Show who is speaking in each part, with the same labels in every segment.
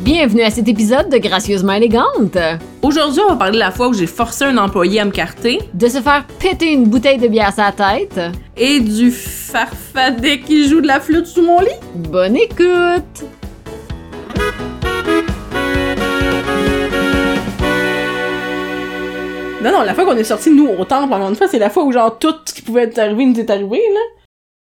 Speaker 1: bienvenue à cet épisode de Gracieusement élégante.
Speaker 2: Aujourd'hui, on va parler de la fois où j'ai forcé un employé à me carter
Speaker 1: De se faire péter une bouteille de bière à sa tête.
Speaker 2: et du farfadet qui joue de la flûte sous mon lit.
Speaker 1: Bonne écoute!
Speaker 2: Non, non, la fois qu'on est sortis, nous, au temple, encore une fois, c'est la fois où, genre, tout ce qui pouvait nous arriver nous est arrivé, là.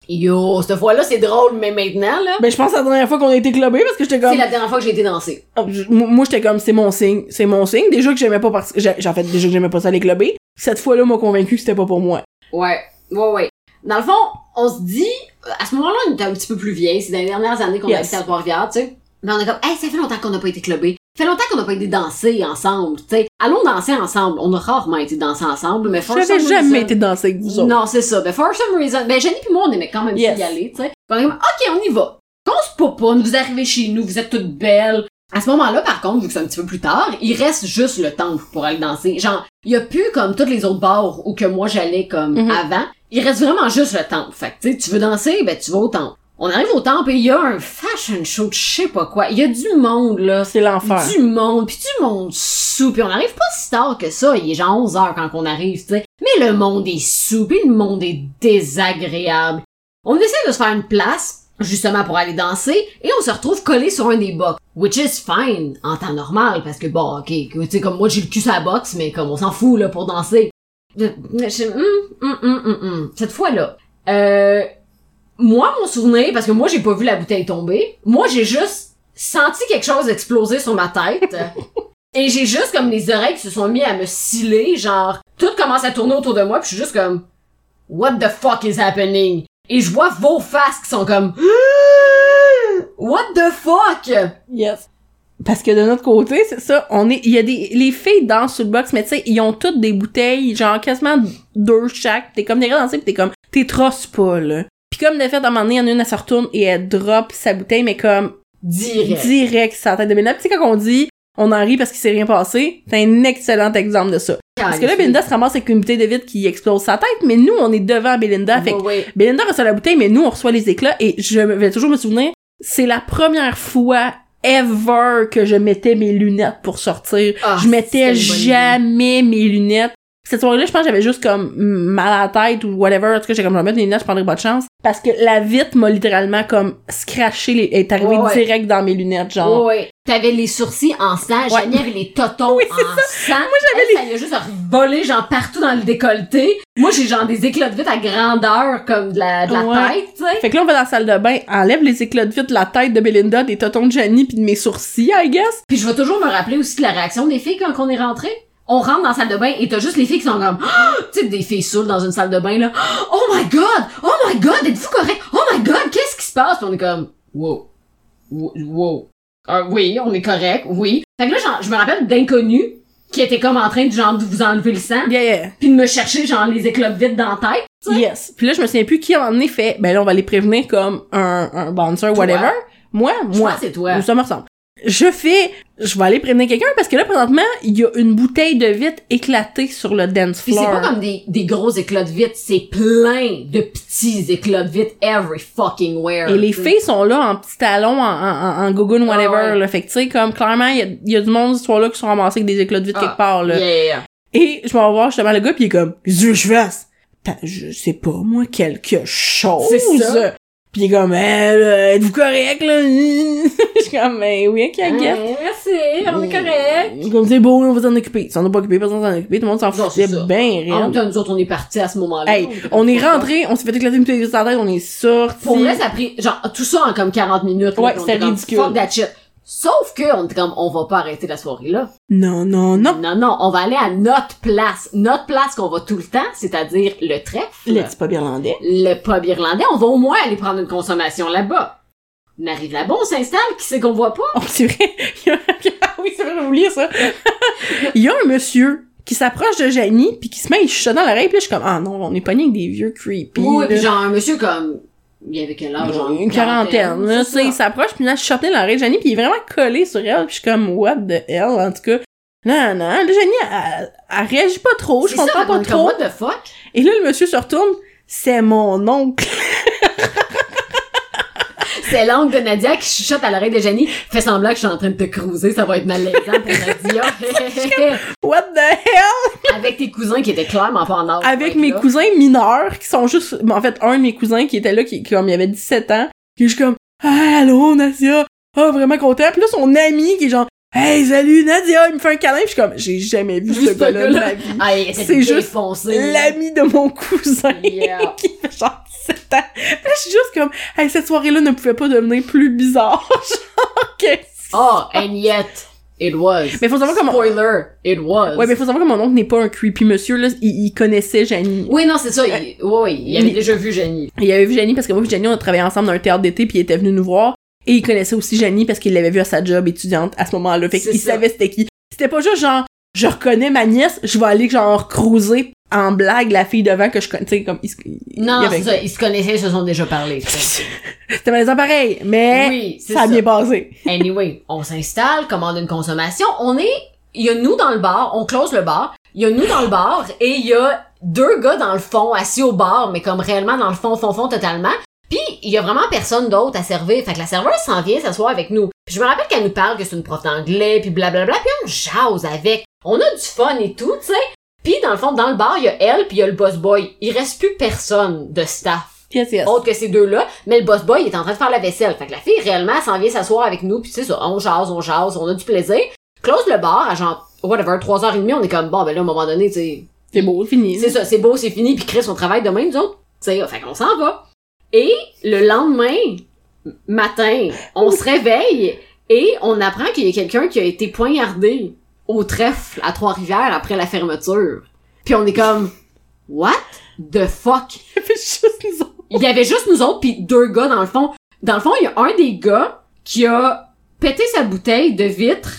Speaker 1: Yo, cette fois-là, c'est drôle, mais maintenant, là,
Speaker 2: Ben, je pense à la dernière fois qu'on a été clubés parce que j'étais
Speaker 1: c'est
Speaker 2: comme.
Speaker 1: la dernière fois que j'ai été dansée.
Speaker 2: Oh, je- moi- Moi, j'étais comme, c'est mon signe, c'est mon signe. Déjà que j'aimais pas parce que. En fait, déjà que j'aimais pas ça, les clubés. Cette fois-là, m'a convaincu que c'était pas pour moi.
Speaker 1: Ouais, ouais, ouais. Dans le fond, on se dit, à ce moment-là, on était un petit peu plus vieille. C'est dans les dernières années qu'on
Speaker 2: Yes.
Speaker 1: a habité à Trois-Rivières, tu sais. Mais on est comme, hey, ça fait longtemps qu'on n'a pas été clubés. Ça fait longtemps qu'on n'a pas été danser ensemble, tu sais. Allons danser ensemble. On a rarement été danser ensemble, mais for
Speaker 2: J'avais
Speaker 1: some
Speaker 2: jamais
Speaker 1: reason-
Speaker 2: été danser avec vous autres.
Speaker 1: Non, c'est ça. Ben, for some reason. Ben, Jenny puis moi, on aimait quand même
Speaker 2: Yes.
Speaker 1: y aller, tu sais. On est comme, OK, on y va. Qu'on se popone, vous arrivez chez nous, vous êtes toutes belles. À ce moment-là, par contre, vu que c'est un petit peu plus tard, il reste juste le temple pour aller danser. Genre, il y a plus comme tous les autres bars où que moi j'allais comme
Speaker 2: Mhm.
Speaker 1: avant. Il reste vraiment juste le temple. Fait que, tu sais, tu veux danser, ben, tu vas au temple. On arrive au temple et il y a un fashion show de je sais pas quoi. Il y a du monde, là.
Speaker 2: C'est l'enfer.
Speaker 1: Du monde, puis du monde sous, puis on arrive pas si tard que ça, il est genre 11 heures quand on arrive, tu sais. Mais le monde est sous, puis le monde est désagréable. On essaie de se faire une place, justement pour aller danser, et on se retrouve collé sur un des box, which is fine, en temps normal, parce que bon, ok, tu sais, comme moi j'ai le cul sur la boxe, mais comme on s'en fout, là, pour danser. Je- je- hum, hum, hum, hum, hum. Cette fois-là, euh, moi, mon souvenir, parce que moi, j'ai pas vu la bouteille tomber, moi, j'ai juste senti quelque chose exploser sur ma tête. et j'ai juste comme les oreilles qui se sont mis à me sciller, genre, tout commence à tourner autour de moi, puis je suis juste comme, What the fuck is happening? Et je vois vos faces qui sont comme, What the fuck?
Speaker 2: Yes. Parce que de notre côté, c'est ça, on est, il y a des, les filles dansent sur le box, mais tu sais, ils ont toutes des bouteilles, genre quasiment deux chaque. T'es comme, t'es dansé pis t'es comme, t'es trosse pas, là. Pis comme de fait, à un moment donné, il y en a une, elle se retourne et elle drop sa bouteille, mais comme,
Speaker 1: Direct.
Speaker 2: direct sur la tête de Belinda. Pis tu sais, quand on dit, on en rit parce qu'il s'est rien passé, c'est un excellent exemple de ça. Parce que là, Belinda se ramasse avec une bouteille de vide qui explose sa tête, mais nous, on est devant Belinda, fait que
Speaker 1: Ouais, ouais.
Speaker 2: Belinda reçoit la bouteille, mais nous, on reçoit les éclats. Et je me- vais toujours me souvenir, c'est la première fois ever que je mettais mes lunettes pour sortir.
Speaker 1: Ah,
Speaker 2: je mettais
Speaker 1: c'est une bonne
Speaker 2: jamais mes lunettes. Cette soirée-là, je pense que j'avais juste comme mal à la tête ou whatever. En tout cas, j'ai comme, je vais mettre mes lunettes, je prendrai pas de chance. Parce que la vitre m'a littéralement comme scratché, les... est arrivée
Speaker 1: Ouais, ouais.
Speaker 2: direct dans mes lunettes, genre.
Speaker 1: Ouais, ouais. T'avais les sourcils en sang,
Speaker 2: Ouais.
Speaker 1: Janie avait les totons en sang. Moi,
Speaker 2: j'avais
Speaker 1: Ça lui a juste volé, genre, partout dans le décolleté. Moi, j'ai genre des éclats de vite à grandeur, comme de la, de la
Speaker 2: Ouais.
Speaker 1: tête, tu sais.
Speaker 2: Fait que là, on va dans la salle de bain, enlève les éclats de vitre, de la tête de Belinda, des totons de Jenny puis de mes sourcils, I guess.
Speaker 1: Puis je vais toujours me rappeler aussi de la réaction des filles quand on est rentré. On rentre dans la salle de bain et t'as juste les filles qui sont comme, Ah! tu sais, des filles saoules dans une salle de bain, là. Oh my god! Oh my god! Êtes-vous correct? Oh my god! Qu'est-ce qui se passe? Puis on est comme, wow. Wo- Wow. Ah oui, on est correct, oui. Fait que là, genre, je me rappelle d'inconnus qui étaient comme en train de, genre, de vous enlever le sang.
Speaker 2: Yeah, yeah.
Speaker 1: puis de me chercher genre les éclats vides dans la tête. tu sais.
Speaker 2: Yes. Puis là, je me souviens plus qui en a fait. Ben là, on va les prévenir comme un, un bouncer, whatever. Moi,
Speaker 1: Je
Speaker 2: moi.
Speaker 1: pense que c'est toi.
Speaker 2: Ça me ressemble. Je fais, je vais aller prévenir quelqu'un parce que là, présentement, il y a une bouteille de vitre éclatée sur le dance
Speaker 1: Puis c'est
Speaker 2: floor.
Speaker 1: pas comme des, des gros éclats de vitre, c'est plein de petits éclats de vitre every fucking where.
Speaker 2: Et les
Speaker 1: tu sais.
Speaker 2: filles sont là en petits talons, en, en, en- en gougoune,
Speaker 1: Ah,
Speaker 2: whatever.
Speaker 1: ouais.
Speaker 2: là. Fait que tu sais, comme clairement, il y a, il y a du monde ce soir-là qui sont ramassés avec des éclats de vitre
Speaker 1: Ah,
Speaker 2: quelque part. Là.
Speaker 1: Yeah.
Speaker 2: Et je m'en vais voir justement le gars, puis il est comme, qu'est-ce que je fasse? T'as- Je sais pas, moi, quelque chose.
Speaker 1: C'est ça.
Speaker 2: Puis il est comme, Eh, là, êtes-vous correct, là? je suis comme, ben oui, ok, I guess.
Speaker 1: Ouais, merci, Mm, on est correct.
Speaker 2: Il est Comme, c'est beau, on va s'en occuper. Ils s'en ont pas occupé, personne s'en est occupé, tout le monde s'en
Speaker 1: Non,
Speaker 2: foutait
Speaker 1: c'est ça.
Speaker 2: bien,
Speaker 1: En même
Speaker 2: rien.
Speaker 1: temps, Ah, nous autres, on est partis à ce moment-là.
Speaker 2: Hey, on est rentré, on s'est fait éclater une petite sur la tête, on est sortis.
Speaker 1: Pour vrai, ça a pris, genre, tout ça en comme 40 minutes. là,
Speaker 2: Ouais,
Speaker 1: puis on
Speaker 2: c'était
Speaker 1: était comme,
Speaker 2: ridicule.
Speaker 1: Fuck that shit. Sauf que, on était comme, on va pas arrêter la soirée là.
Speaker 2: Non, non, non.
Speaker 1: Non, non, on va aller à notre place. Notre place qu'on va tout le temps, c'est-à-dire le trèfle.
Speaker 2: Le petit pub irlandais.
Speaker 1: le pub irlandais, on va au moins aller prendre une consommation là-bas. On arrive là-bas, on s'installe, qui c'est qu'on voit pas?
Speaker 2: Oh, c'est vrai. Il y a- Ah oui, c'est vrai, j'ai oublié ça. Il y a un monsieur qui s'approche de Janie puis qui se met à y chuchoter dans l'oreille puis là, je suis comme ah non, on est pogné avec des vieux creepy.
Speaker 1: oui,
Speaker 2: là.
Speaker 1: puis genre un monsieur comme... Il avait quel âge? Genre
Speaker 2: une quarantaine, là, tu sais, il
Speaker 1: c'est ça.
Speaker 2: s'approche puis là, je chuchotais dans l'oreille de Janie puis il est vraiment collé sur elle puis je suis comme what the hell en tout cas. Non, non, là, Janie, elle, elle réagit pas trop, Oh, je
Speaker 1: C'est ça,
Speaker 2: comprends
Speaker 1: on
Speaker 2: pas
Speaker 1: est comme,
Speaker 2: trop.
Speaker 1: What the fuck?
Speaker 2: Et là, le monsieur se retourne, c'est mon oncle.
Speaker 1: l'excellente de Nadia qui chuchote à l'oreille de Jenny. Fais semblant que je suis en train de te cruiser, ça va être malaisant pour Nadia.
Speaker 2: What the hell?
Speaker 1: Avec tes cousins qui étaient clairement pas en ordre.
Speaker 2: Avec
Speaker 1: Fait que
Speaker 2: mes
Speaker 1: Ah, là,
Speaker 2: cousins mineurs qui sont juste. ben, en fait, un de mes cousins qui était là, qui, qui, comme il avait 17 ans, qui est juste comme Ah, allô, Nadia! Ah, vraiment content. Puis là, son ami qui est genre Hey, salut, Nadia! Il me fait un câlin. Puis je suis comme J'ai jamais vu
Speaker 1: Vu
Speaker 2: ce
Speaker 1: ce
Speaker 2: gars-là de
Speaker 1: gars-là.
Speaker 2: ma vie.
Speaker 1: Ah, et c'est
Speaker 2: C'est juste
Speaker 1: défoncé.
Speaker 2: L'ami de mon cousin.
Speaker 1: Yeah.
Speaker 2: qui fait genre 17 ans. Puis là, je suis juste comme, hey, cette soirée-là ne pouvait pas devenir plus bizarre. genre, que...
Speaker 1: Oh, and yet, it was.
Speaker 2: Mais faut savoir que mon-
Speaker 1: Spoiler, it was.
Speaker 2: Ouais, mais faut savoir que mon oncle n'est pas un creepy monsieur, là. Il, il connaissait Janie.
Speaker 1: Oui, non, c'est ça. Il... Oui, oui, il avait
Speaker 2: Euh, Il-
Speaker 1: déjà vu Jenny.
Speaker 2: Il avait vu Janie parce que moi et Janie, on a travaillé ensemble dans un théâtre d'été puis il était venu nous voir. Et il connaissait aussi Janie parce qu'il l'avait vu à sa job étudiante à ce moment-là. Fait
Speaker 1: C'est
Speaker 2: qu'il
Speaker 1: ça.
Speaker 2: savait c'était qui. C'était pas juste genre, je reconnais ma nièce, je vais aller genre cruiser en blague la fille devant que je connais. Tu sais, comme, il, se- il-
Speaker 1: Non,
Speaker 2: il
Speaker 1: non,
Speaker 2: avait-
Speaker 1: c'est ça. Ils se connaissaient, ils se sont déjà parlé. tu sais.
Speaker 2: C'était malaisant pareil, mais
Speaker 1: oui, c'est
Speaker 2: ça
Speaker 1: ça.
Speaker 2: a bien passé.
Speaker 1: Anyway, on s'installe, commande une consommation. On est, il y a nous dans le bar, on close le bar. Il y a nous dans le bar et il y a deux gars dans le fond, assis au bar, mais comme réellement dans le fond, fond, fond totalement. Puis il y a vraiment personne d'autre à servir. Fait que la serveuse s'en vient s'asseoir avec nous. Puis je me rappelle qu'elle nous parle que c'est une prof d'anglais, puis blablabla, puis on jase avec. On a du fun et tout, tu sais. Puis dans le fond, dans le bar, il y a elle, puis il y a le boss boy. Il reste plus personne de staff
Speaker 2: Yes, yes.
Speaker 1: autre que ces deux-là, mais le boss boy il est en train de faire la vaisselle. Fait que la fille, réellement, elle s'en vient s'asseoir avec nous, puis tu sais ça, on jase, on jase, on a du plaisir. Close le bar à genre, whatever, 3h30, on est comme, bon, ben là, à un moment donné, tu sais,
Speaker 2: C'est beau, fini.
Speaker 1: c'est ça, c'est beau, c'est fini, puis Chris, on travaille demain, nous autres. Tu sais, fait qu'on s'en va. Et le lendemain m- matin, on se réveille et on apprend qu'il y a quelqu'un qui a été poignardé au trèfle à Trois-Rivières après la fermeture. Puis on est comme, what the fuck?
Speaker 2: fait juste nous autres.
Speaker 1: Il y avait juste nous autres puis deux gars dans le fond. Dans le fond, il y a un des gars qui a pété sa bouteille de vitre,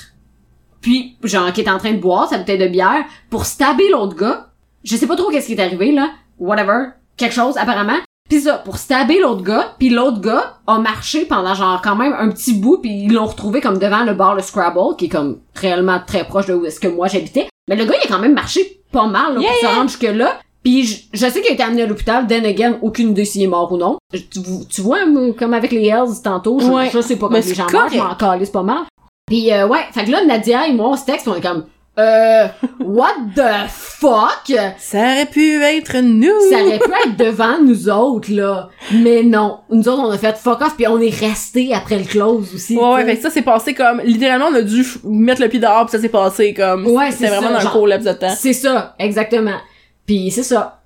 Speaker 1: puis genre qui est en train de boire sa bouteille de bière pour stabber l'autre gars. Je sais pas trop qu'est-ce qui est arrivé là, whatever, quelque chose apparemment. Puis ça, pour stabber l'autre gars, puis l'autre gars a marché pendant genre quand même un petit bout, puis ils l'ont retrouvé comme devant le bar le Scrabble, qui est comme réellement très proche de où est-ce que moi j'habitais. Mais le gars il a quand même marché pas mal là,
Speaker 2: Yeah,
Speaker 1: pour se rendre jusque là. Puis je, je sais qu'il a été amené à l'hôpital, then again, aucune idée s'il est mort ou non. Je- tu, tu vois, moi, comme avec les Hells tantôt, je,
Speaker 2: Ouais.
Speaker 1: je sais pas
Speaker 2: Mais
Speaker 1: comment les
Speaker 2: c'est
Speaker 1: gens meurent, je m'en calisse pas mal. Puis euh, ouais, fait que là, Nadia et moi, on se texte, puis on est comme, euh, what the fuck?
Speaker 2: Ça aurait pu être nous.
Speaker 1: Ça aurait pu être devant nous autres, là. Mais non. Nous autres, on a fait fuck off, puis on est resté après le close aussi.
Speaker 2: Ouais,
Speaker 1: tu
Speaker 2: ouais,
Speaker 1: sais.
Speaker 2: fait que ça s'est passé comme, littéralement, on a dû f- mettre le pied dehors pis ça s'est passé comme,
Speaker 1: Ouais, c'est
Speaker 2: c'était
Speaker 1: ça,
Speaker 2: vraiment dans hein. un
Speaker 1: genre-
Speaker 2: court laps de temps.
Speaker 1: C'est ça, exactement. Puis c'est ça.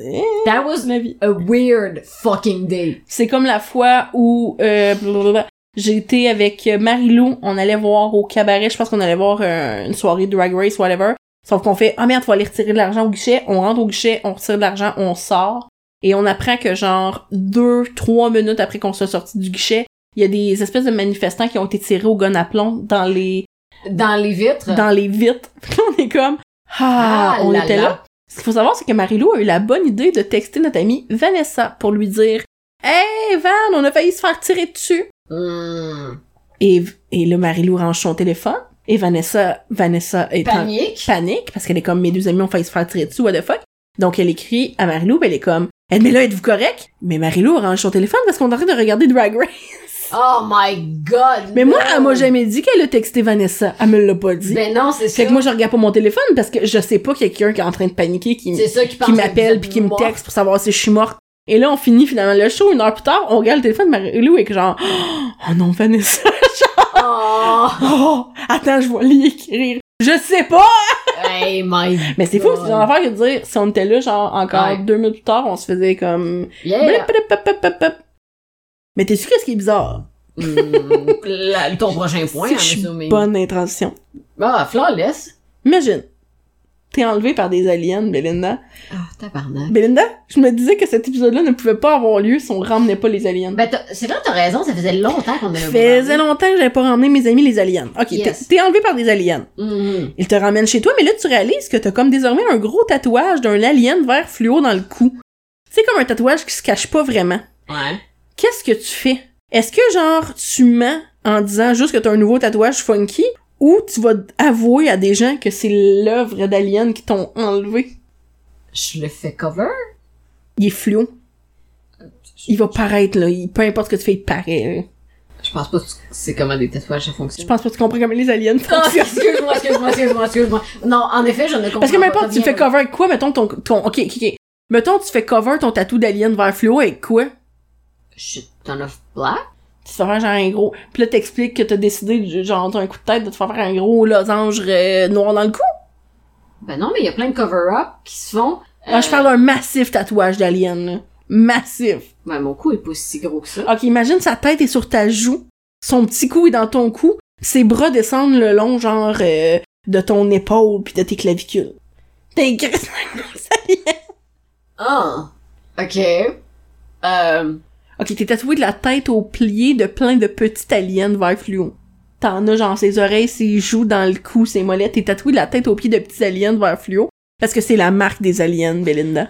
Speaker 2: Eh,
Speaker 1: That was
Speaker 2: ma vie.
Speaker 1: a weird fucking day.
Speaker 2: C'est comme la fois où, euh, blablabla, j'ai été avec Marilou, on allait voir au cabaret, je pense qu'on allait voir euh, une soirée de Drag Race, whatever. Sauf qu'on fait, ah merde, faut aller retirer de l'argent au guichet, on rentre au guichet, on retire de l'argent, on sort. Et on apprend que genre, deux, trois minutes après qu'on soit sorti du guichet, il y a des espèces de manifestants qui ont été tirés au gun à plomb dans les
Speaker 1: Dans les vitres.
Speaker 2: dans les vitres. Puis là, on est comme ah,
Speaker 1: Ah,
Speaker 2: on
Speaker 1: là
Speaker 2: était là.
Speaker 1: là.
Speaker 2: Ce qu'il faut savoir, c'est que Marilou a eu la bonne idée de texter notre amie Vanessa pour lui dire Hey Van, on a failli se faire tirer dessus.
Speaker 1: Hmm.
Speaker 2: Et, et là, Marilou range son téléphone. Et Vanessa, Vanessa est en
Speaker 1: Panique.
Speaker 2: panique parce qu'elle est comme mes deux amis ont failli se faire tirer dessus, what the fuck. Donc elle écrit à Marilou, puis elle est comme Elle mais là, êtes-vous correct? Mais Marilou range son téléphone parce qu'on est en train de regarder Drag Race.
Speaker 1: Oh my god.
Speaker 2: Mais moi, elle
Speaker 1: non.
Speaker 2: m'a jamais dit qu'elle a texté Vanessa. Elle me l'a pas dit.
Speaker 1: Ben non, c'est
Speaker 2: Fait
Speaker 1: ça.
Speaker 2: que moi, je regarde pas mon téléphone parce que je sais pas quelqu'un qui est en train de paniquer, qui,
Speaker 1: C'est ça qui pense
Speaker 2: qui
Speaker 1: que vous
Speaker 2: m'appelle
Speaker 1: êtes
Speaker 2: puis qui me
Speaker 1: mort.
Speaker 2: texte pour savoir si je suis morte. Et là, on finit finalement le show. Une heure plus tard, on regarde le téléphone de Marie-Lou et que genre, oh non, Vanessa,
Speaker 1: Oh.
Speaker 2: oh, attends, je vais lui écrire. Je sais pas!
Speaker 1: hey my god.
Speaker 2: Mais c'est fou, c'est une affaire que de dire, si on était là, genre, encore
Speaker 1: Ouais.
Speaker 2: deux minutes plus tard, on se faisait comme...
Speaker 1: Yeah.
Speaker 2: blip, blip, blip, blip, blip. Mais t'es sûr qu'est-ce qui est bizarre?
Speaker 1: Hmm. La- ton prochain point,
Speaker 2: c'est
Speaker 1: I'm
Speaker 2: que je suis
Speaker 1: assuming.
Speaker 2: bonne dans les transitions.
Speaker 1: Ah, flawless.
Speaker 2: Imagine, t'es enlevée par des aliens, Belinda.
Speaker 1: Ah, tabarnak.
Speaker 2: Belinda, je me disais que cet épisode-là ne pouvait pas avoir lieu si on ramenait pas les aliens.
Speaker 1: Ben, t'as- c'est vrai, t'as raison, ça faisait longtemps qu'on
Speaker 2: Ça
Speaker 1: avait
Speaker 2: faisait longtemps que j'avais pas ramené mes amis les aliens. Ok, t'es-
Speaker 1: Yes.
Speaker 2: t'es enlevé par des aliens.
Speaker 1: Mhm.
Speaker 2: Ils te ramènent chez toi, mais là tu réalises que t'as comme désormais un gros tatouage d'un alien vert fluo dans le cou. C'est comme un tatouage qui se cache pas vraiment.
Speaker 1: Ouais.
Speaker 2: Qu'est-ce que tu fais? Est-ce que genre tu mens en disant juste que t'as un nouveau tatouage funky ou tu vas avouer à des gens que c'est l'œuvre d'aliens qui t'ont enlevé?
Speaker 1: Je le fais cover.
Speaker 2: Il est fluo. Il va paraître, là. Il- peu importe ce que tu fais, il paraît. là.
Speaker 1: Je pense pas que c'est comment des tatouages ça
Speaker 2: Je
Speaker 1: fonctionne.
Speaker 2: pense pas que tu comprends comment les aliens
Speaker 1: Ah,
Speaker 2: fonctionnent.
Speaker 1: excuse-moi, excuse-moi, excuse-moi, excuse-moi. Non, en effet, je ne comprends pas.
Speaker 2: Parce que peu importe, tu
Speaker 1: bien.
Speaker 2: fais cover avec quoi, mettons ton, ton, ok, ok, ok. Mettons, tu fais cover ton tatou d'alien vers fluo avec quoi?
Speaker 1: Shit, ton of black?
Speaker 2: Tu te fais faire genre un gros. Puis là, t'expliques que t'as décidé, genre, t'as un coup de tête de te faire faire un gros losange euh, noir dans le cou.
Speaker 1: Ben non, mais il y a plein de cover-up qui se font. Euh,
Speaker 2: Ah, je parle d'un massif tatouage d'alien, là. Massif.
Speaker 1: Ben mon cou est pas si gros que ça.
Speaker 2: Ok, imagine sa tête est sur ta joue, son petit cou est dans ton cou, ses bras descendent le long, genre, euh, de ton épaule puis de tes clavicules. T'es gris,
Speaker 1: Ah! Ok. Euh.
Speaker 2: Ok, t'es tatoué de la tête aux pliés de plein de petites aliens vert fluo. T'en as genre ses oreilles, ses joues dans le cou, ses mollets. T'es tatoué de la tête aux pieds de petits aliens vert fluo. Parce que c'est la marque des aliens, Belinda.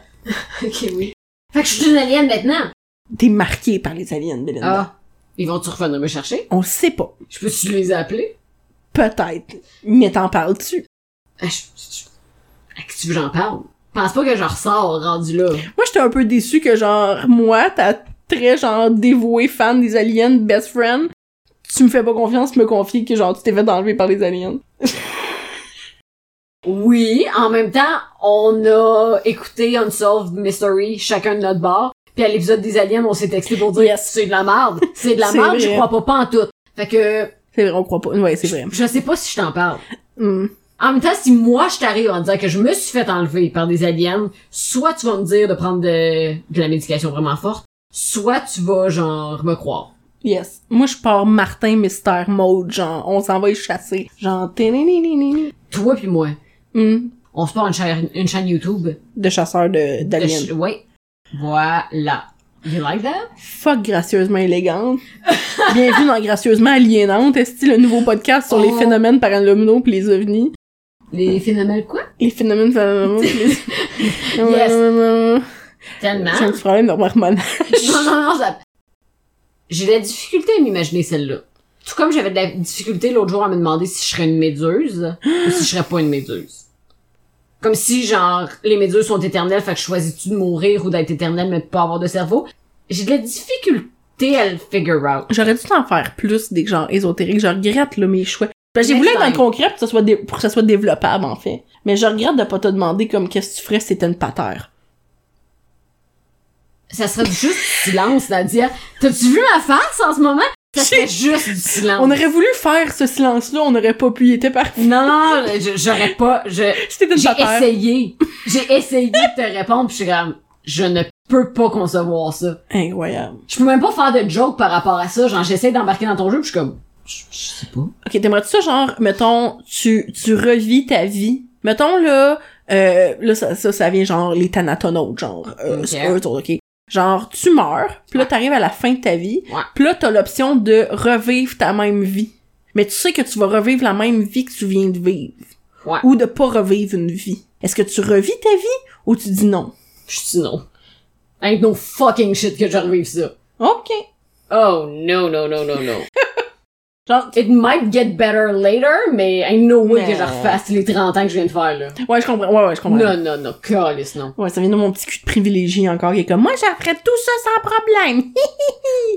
Speaker 1: Ok, oui. Fait que je suis une alien maintenant!
Speaker 2: T'es marqué par les aliens, Belinda.
Speaker 1: Ah! Ils vont-tu revenir me chercher?
Speaker 2: On sait pas.
Speaker 1: Je peux-tu les appeler?
Speaker 2: Peut-être. Mais t'en parles-tu?
Speaker 1: Ah, je, je- À qui tu veux que j'en parle? Pense pas que je ressors rendu là.
Speaker 2: Moi, j'étais un peu déçu que genre, moi, t'as très genre dévoué fan des aliens, best friend. Tu me fais pas confiance, me confies que genre tu t'es fait enlever par les aliens.
Speaker 1: Oui, en même temps, on a écouté Unsolved Mystery chacun de notre bord. Puis à l'épisode des aliens, on s'est texté pour dire
Speaker 2: Yes.
Speaker 1: c'est de la merde, c'est de la
Speaker 2: C'est
Speaker 1: merde, je
Speaker 2: vrai.
Speaker 1: crois pas pas en tout. Fait que
Speaker 2: C'est vrai, on croit pas. Ouais, c'est vrai.
Speaker 1: je, je sais pas si je t'en parle.
Speaker 2: Hmm.
Speaker 1: En même temps, si moi je t'arrive en disant que je me suis fait enlever par des aliens, soit tu vas me dire de prendre de, de la médication vraiment forte, soit tu vas genre me croire.
Speaker 2: Yes. Moi, je pars Martin Mystère Mode, genre, on s'en va y chasser. Genre, ténénénéné.
Speaker 1: Toi puis moi,
Speaker 2: Hum.
Speaker 1: on se part une chaîne, une chaîne YouTube.
Speaker 2: De chasseur de,
Speaker 1: De
Speaker 2: d'aliens.
Speaker 1: ch- ouais. Voilà. You like that?
Speaker 2: Fuck gracieusement élégante. Bienvenue dans Gracieusement aliénante. Est-ce le nouveau podcast sur les
Speaker 1: Oh.
Speaker 2: phénomènes paranormaux pis les ovnis?
Speaker 1: Les phénomènes quoi?
Speaker 2: Les phénomènes paranormaux pis les...
Speaker 1: Yes. Hein?
Speaker 2: Euh,
Speaker 1: Tellement.
Speaker 2: J'ai un petit problème de hormonal.
Speaker 1: non, non, non, ça... J'ai de la difficulté à m'imaginer celle-là. Tout comme j'avais de la difficulté l'autre jour à me demander si je serais une méduse ou si je serais pas une méduse. Comme si, genre, les méduses sont éternelles, fait que je choisis-tu de mourir ou d'être éternelle mais de pas avoir de cerveau? J'ai de la difficulté à le figure out.
Speaker 2: J'aurais dû t'en faire plus des genres ésotériques. Je regrette, là, mes choix. Parce que j'ai
Speaker 1: Mais
Speaker 2: voulu être dans le
Speaker 1: fine.
Speaker 2: concret pour que, ça soit dé- pour que ça soit développable, en fait. Mais je regrette de pas te demander comme qu'est-ce que tu ferais si t'étais une patère.
Speaker 1: Ça serait juste du silence, Nadia. T'as-tu vu ma face en ce moment? Ça serait juste du silence.
Speaker 2: On aurait voulu faire ce silence-là, on n'aurait pas pu, il était parfait.
Speaker 1: Non, non, je- j'aurais pas, je,
Speaker 2: C'était une
Speaker 1: J'ai
Speaker 2: papaye.
Speaker 1: essayé. J'ai essayé de te répondre, pis je suis comme, je ne peux pas concevoir ça.
Speaker 2: Incroyable.
Speaker 1: Je peux même pas faire de joke par rapport à ça. Genre, j'essaie d'embarquer dans ton jeu, pis je suis comme, je, je sais pas.
Speaker 2: Ok, t'aimerais-tu ça, genre, mettons, tu, tu revis ta vie. Mettons, là, euh, là, ça, ça, ça vient genre les thanatonautes, genre, euh,
Speaker 1: Ok.
Speaker 2: sur Earth, ok. Genre, tu meurs, pis là, t'arrives à la fin de ta vie,
Speaker 1: Ouais.
Speaker 2: pis là, t'as l'option de revivre ta même vie. Mais tu sais que tu vas revivre la même vie que tu viens de vivre.
Speaker 1: Ouais.
Speaker 2: Ou de pas revivre une vie. Est-ce que tu revis ta vie, ou tu dis non?
Speaker 1: Je dis non. Avec no fucking shit que je revive ça.
Speaker 2: Ok.
Speaker 1: Oh, no, no, no, no, no.
Speaker 2: Genre,
Speaker 1: It might get better later, mais ain't no way que je
Speaker 2: Non.
Speaker 1: refasse les 30 ans que je viens de faire, là.
Speaker 2: ouais, je comprends, ouais, ouais, je comprends.
Speaker 1: Non, non, non, calice, non.
Speaker 2: Ouais, ça vient de mon petit cul de privilégié encore, qui est comme, moi, j'apprête tout ça sans problème. Hi,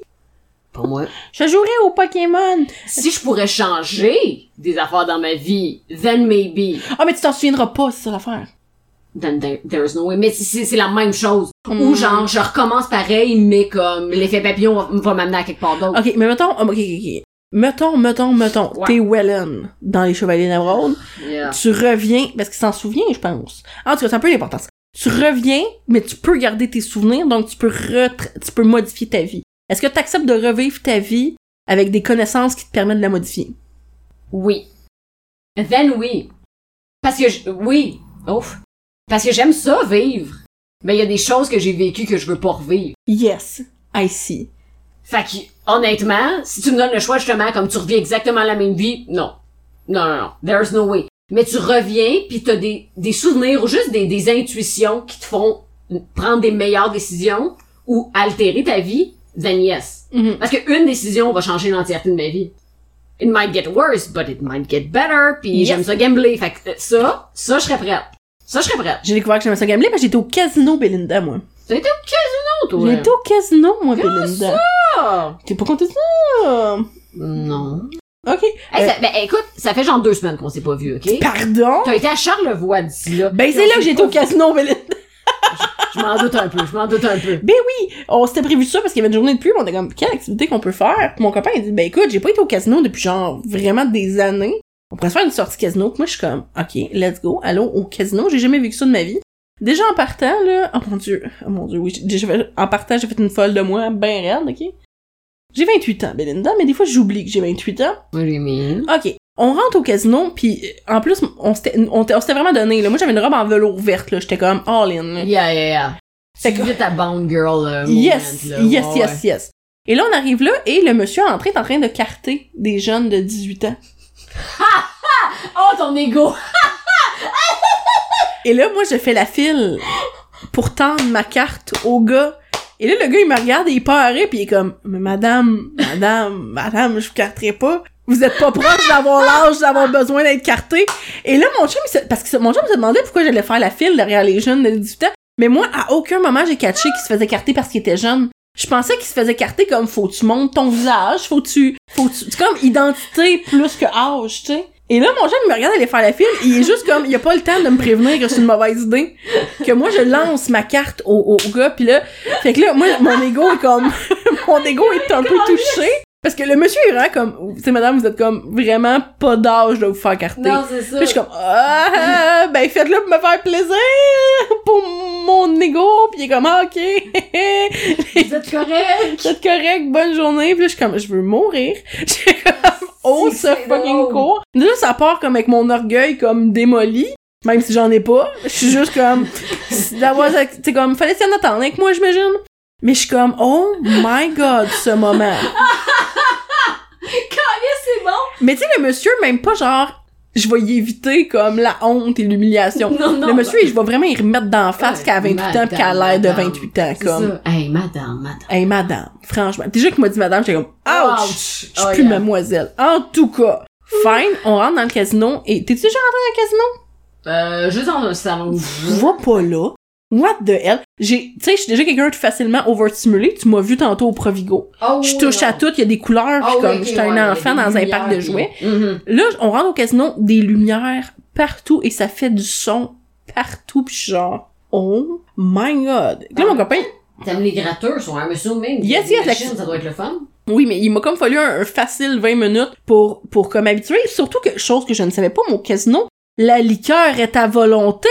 Speaker 1: Pour moi.
Speaker 2: Je jouerai au Pokémon.
Speaker 1: Si je pourrais changer des affaires dans ma vie, then maybe.
Speaker 2: Ah, mais tu t'en souviendras pas, c'est ça l'affaire.
Speaker 1: then there, there's no way. Mais c'est- c'est c'est la même chose.
Speaker 2: Mm.
Speaker 1: Ou genre, je recommence pareil, mais comme l'effet papillon va, va m'amener à quelque part d'autre.
Speaker 2: Ok, mais mettons, ah, ok, ok, ok. Mettons, mettons, mettons,
Speaker 1: Ouais. Ah.
Speaker 2: t'es Wellen dans Les Chevaliers d'Emeraude,
Speaker 1: Yeah.
Speaker 2: tu reviens, parce qu'il s'en souvient, je pense. En tout cas, c'est un peu l'importance. Tu reviens, mais tu peux garder tes souvenirs, donc tu peux retra- tu peux modifier ta vie. Est-ce que t'acceptes de revivre ta vie avec des connaissances qui te permettent de la modifier?
Speaker 1: Oui. Then oui. Parce que je, oui. Ouf. Parce que j'aime ça vivre. Mais il y a des choses que j'ai vécues que je veux pas revivre.
Speaker 2: Yes, I see.
Speaker 1: Fait que, honnêtement, si tu me donnes le choix justement, comme tu reviens exactement la même vie, non. Non, non, non. There's no way. Mais tu reviens, puis t'as des, des souvenirs ou juste des, des intuitions qui te font prendre des meilleures décisions ou altérer ta vie, then yes.
Speaker 2: Mhm.
Speaker 1: Parce qu'une décision va changer l'entièreté de ma vie. It might get worse, but it might get better, puis
Speaker 2: Yes.
Speaker 1: j'aime ça gambler. Fait que euh, ça, ça, je serais prête. Ça, je serais prête.
Speaker 2: J'ai découvert que j'aimais ça gambler parce que j'étais au casino Belinda, moi.
Speaker 1: T'as été au casino, toi!
Speaker 2: J'étais au casino, moi,
Speaker 1: Comment
Speaker 2: Belinda.
Speaker 1: Ah!
Speaker 2: T'es pas content de ça?
Speaker 1: Non.
Speaker 2: Ok.
Speaker 1: Hey,
Speaker 2: Euh,
Speaker 1: ça- ben, écoute, ça fait genre deux semaines qu'on s'est pas vu, ok?
Speaker 2: Pardon?
Speaker 1: T'as été à Charlevoix d'ici là.
Speaker 2: Oh. Ben, c'est là que j'étais au casino, Belinda.
Speaker 1: Je m'en doute un peu, je m'en doute un peu.
Speaker 2: Ben oui! On s'était prévu ça parce qu'il y avait une journée de pluie, mais on était comme, quelle activité qu'on peut faire? Puis mon copain, il dit, ben écoute, j'ai pas été au casino depuis genre vraiment des années. On pourrait se faire une sortie casino. Puis moi, je suis comme, ok, let's go, allons au casino. J'ai jamais vécu ça de ma vie. Déjà en partant, là, oh mon dieu, oh mon dieu, oui, j'ai- j'ai fait- en partant, j'ai fait une folle de moi, ben raide, ok? J'ai 28 ans, Belinda, mais des fois, j'oublie que j'ai 28 ans.
Speaker 1: What do you mean?
Speaker 2: OK. On rentre au casino, puis euh, en plus, on s'était on t- on s'était vraiment donné. Là. Moi, j'avais une robe en velours verte, là. J'étais comme all in. là.
Speaker 1: Yeah, yeah, yeah.
Speaker 2: Fait
Speaker 1: C'est
Speaker 2: que-
Speaker 1: que ta Bond Girl euh, moment,
Speaker 2: Yes,
Speaker 1: là.
Speaker 2: yes,
Speaker 1: Ouais, ouais.
Speaker 2: yes, yes. Et là, on arrive là, et le monsieur entrée est en train de carter des jeunes de 18 ans.
Speaker 1: Oh, ton ego!
Speaker 2: Et là, moi, je fais la file pour tendre ma carte au gars. Et là, le gars, il me regarde et il paraît, puis il est comme « Mais madame, madame, madame, je vous carterai pas. Vous êtes pas proche d'avoir l'âge d'avoir besoin d'être carté. » Et là, mon chum, il se- parce que mon chum se demandait pourquoi j'allais faire la file derrière les jeunes de 18 ans. Mais moi, à aucun moment, j'ai catché qu'il se faisait carter parce qu'il était jeune. Je pensais qu'il se faisait carter comme « Faut que tu montes ton visage, faut que tu... Faut que tu... » C'est comme identité plus que âge, tu sais. Et là, mon chum, il me regarde aller faire la file, il est juste comme, il a pas le temps de me prévenir que c'est une mauvaise idée. Que moi, je lance ma carte au, au gars, pis là, fait que là, moi, mon ego est comme, mon ego est un peu touché. Parce que le monsieur est vraiment comme, tu sais, madame, vous êtes comme vraiment pas d'âge de vous faire carter.
Speaker 1: Non, c'est ça.
Speaker 2: Puis je suis comme, ah, ben faites-le pour me faire plaisir, pour mon ego, pis il est comme, ah, ok.
Speaker 1: Vous êtes correct!
Speaker 2: C'est correct, bonne journée. Puis là, je suis comme, je veux mourir. J'ai comme, oh,
Speaker 1: Si,
Speaker 2: ce
Speaker 1: c'est
Speaker 2: fucking
Speaker 1: drôle.
Speaker 2: cours. Déjà, ça part comme avec mon orgueil comme démoli. Même si j'en ai pas. Je suis juste comme, d'avoir, c'est comme, fallait s'y en attendre avec moi, j'imagine. Mais je suis comme, oh my god, ce moment.
Speaker 1: Ah, c'est bon!
Speaker 2: Mais tu sais, le monsieur, même pas genre, je vais y éviter comme la honte et l'humiliation.
Speaker 1: Non, non!
Speaker 2: Le monsieur, je vais vraiment y remettre d'en face
Speaker 1: Ouais,
Speaker 2: qu'à 28 ans pis qu'à l'air de
Speaker 1: madame,
Speaker 2: 28 ans,
Speaker 1: c'est
Speaker 2: comme.
Speaker 1: ça. Hey, madame, madame.
Speaker 2: Hey, madame, franchement. Déjà qu'il m'a dit madame, j'étais comme, ouch!
Speaker 1: Ouch!
Speaker 2: Je suis
Speaker 1: Oh,
Speaker 2: plus
Speaker 1: yeah.
Speaker 2: mademoiselle. En tout cas, fine, on rentre dans le casino et t'es-tu déjà rentré
Speaker 1: Euh, juste dans un salon.
Speaker 2: dans le casino? Je vois pas là. What the hell? J'ai, tu sais, je suis déjà quelqu'un de facilement overstimulé. Tu m'as vu tantôt au Provigo.
Speaker 1: Oh, Ah
Speaker 2: Je touche à tout, il y a des couleurs, puis comme j'étais un enfant dans un parc de jouets.
Speaker 1: Mhm.
Speaker 2: Là, on rentre au casino, des lumières partout et ça fait du son partout, puis je suis genre, oh my god. Là, mon copain,
Speaker 1: T'aimes les gratteurs, sont un monsieur même.
Speaker 2: Yes,
Speaker 1: Les
Speaker 2: yes, la-
Speaker 1: machines, ça doit être le fun.
Speaker 2: Oui, mais il m'a comme fallu un, un facile 20 minutes pour, pour comme habituer. Surtout que, chose que je ne savais pas, mon casino, la liqueur est à volonté.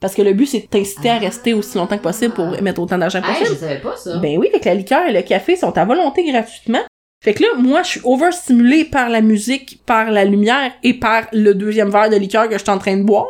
Speaker 2: Parce que le but, c'est de t'inciter à rester aussi longtemps que possible pour mettre autant d'argent
Speaker 1: Hey, je
Speaker 2: possible.
Speaker 1: savais pas ça.
Speaker 2: Ben oui, fait que la liqueur et le café sont à volonté gratuitement. Fait que là, moi, je suis overstimulée par la musique, par la lumière et par le deuxième verre de liqueur que je suis en train de boire,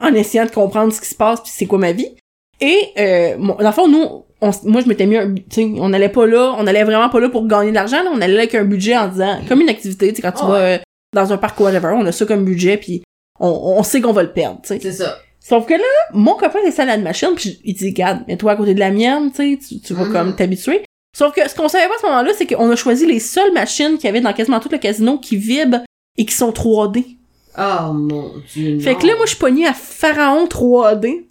Speaker 2: en essayant de comprendre ce qui se passe puis c'est quoi ma vie. Et, euh, mon, dans le fond, nous, on s- moi, je m'étais mis un, bu- tu sais, on allait pas là, on allait vraiment pas là pour gagner de l'argent, là, on allait là avec un budget en disant, comme une activité, tu sais, quand tu
Speaker 1: Ah
Speaker 2: vas euh, dans un parc ou whatever, on a ça comme budget puis on, on sait qu'on va le perdre, tu sais.
Speaker 1: C'est ça.
Speaker 2: Sauf que là, mon copain est à la machine, puis il dit, garde, mets-toi à côté de la mienne, tu sais, tu- tu vas
Speaker 1: Mhm.
Speaker 2: comme t'habituer. Sauf que ce qu'on savait pas à ce moment-là, c'est qu'on a choisi les seules machines qu'il y avait dans quasiment tout le casino qui vibrent et qui sont 3D.
Speaker 1: Oh mon dieu.
Speaker 2: Fait
Speaker 1: non.
Speaker 2: que là, moi, je suis pognée à Pharaon 3D.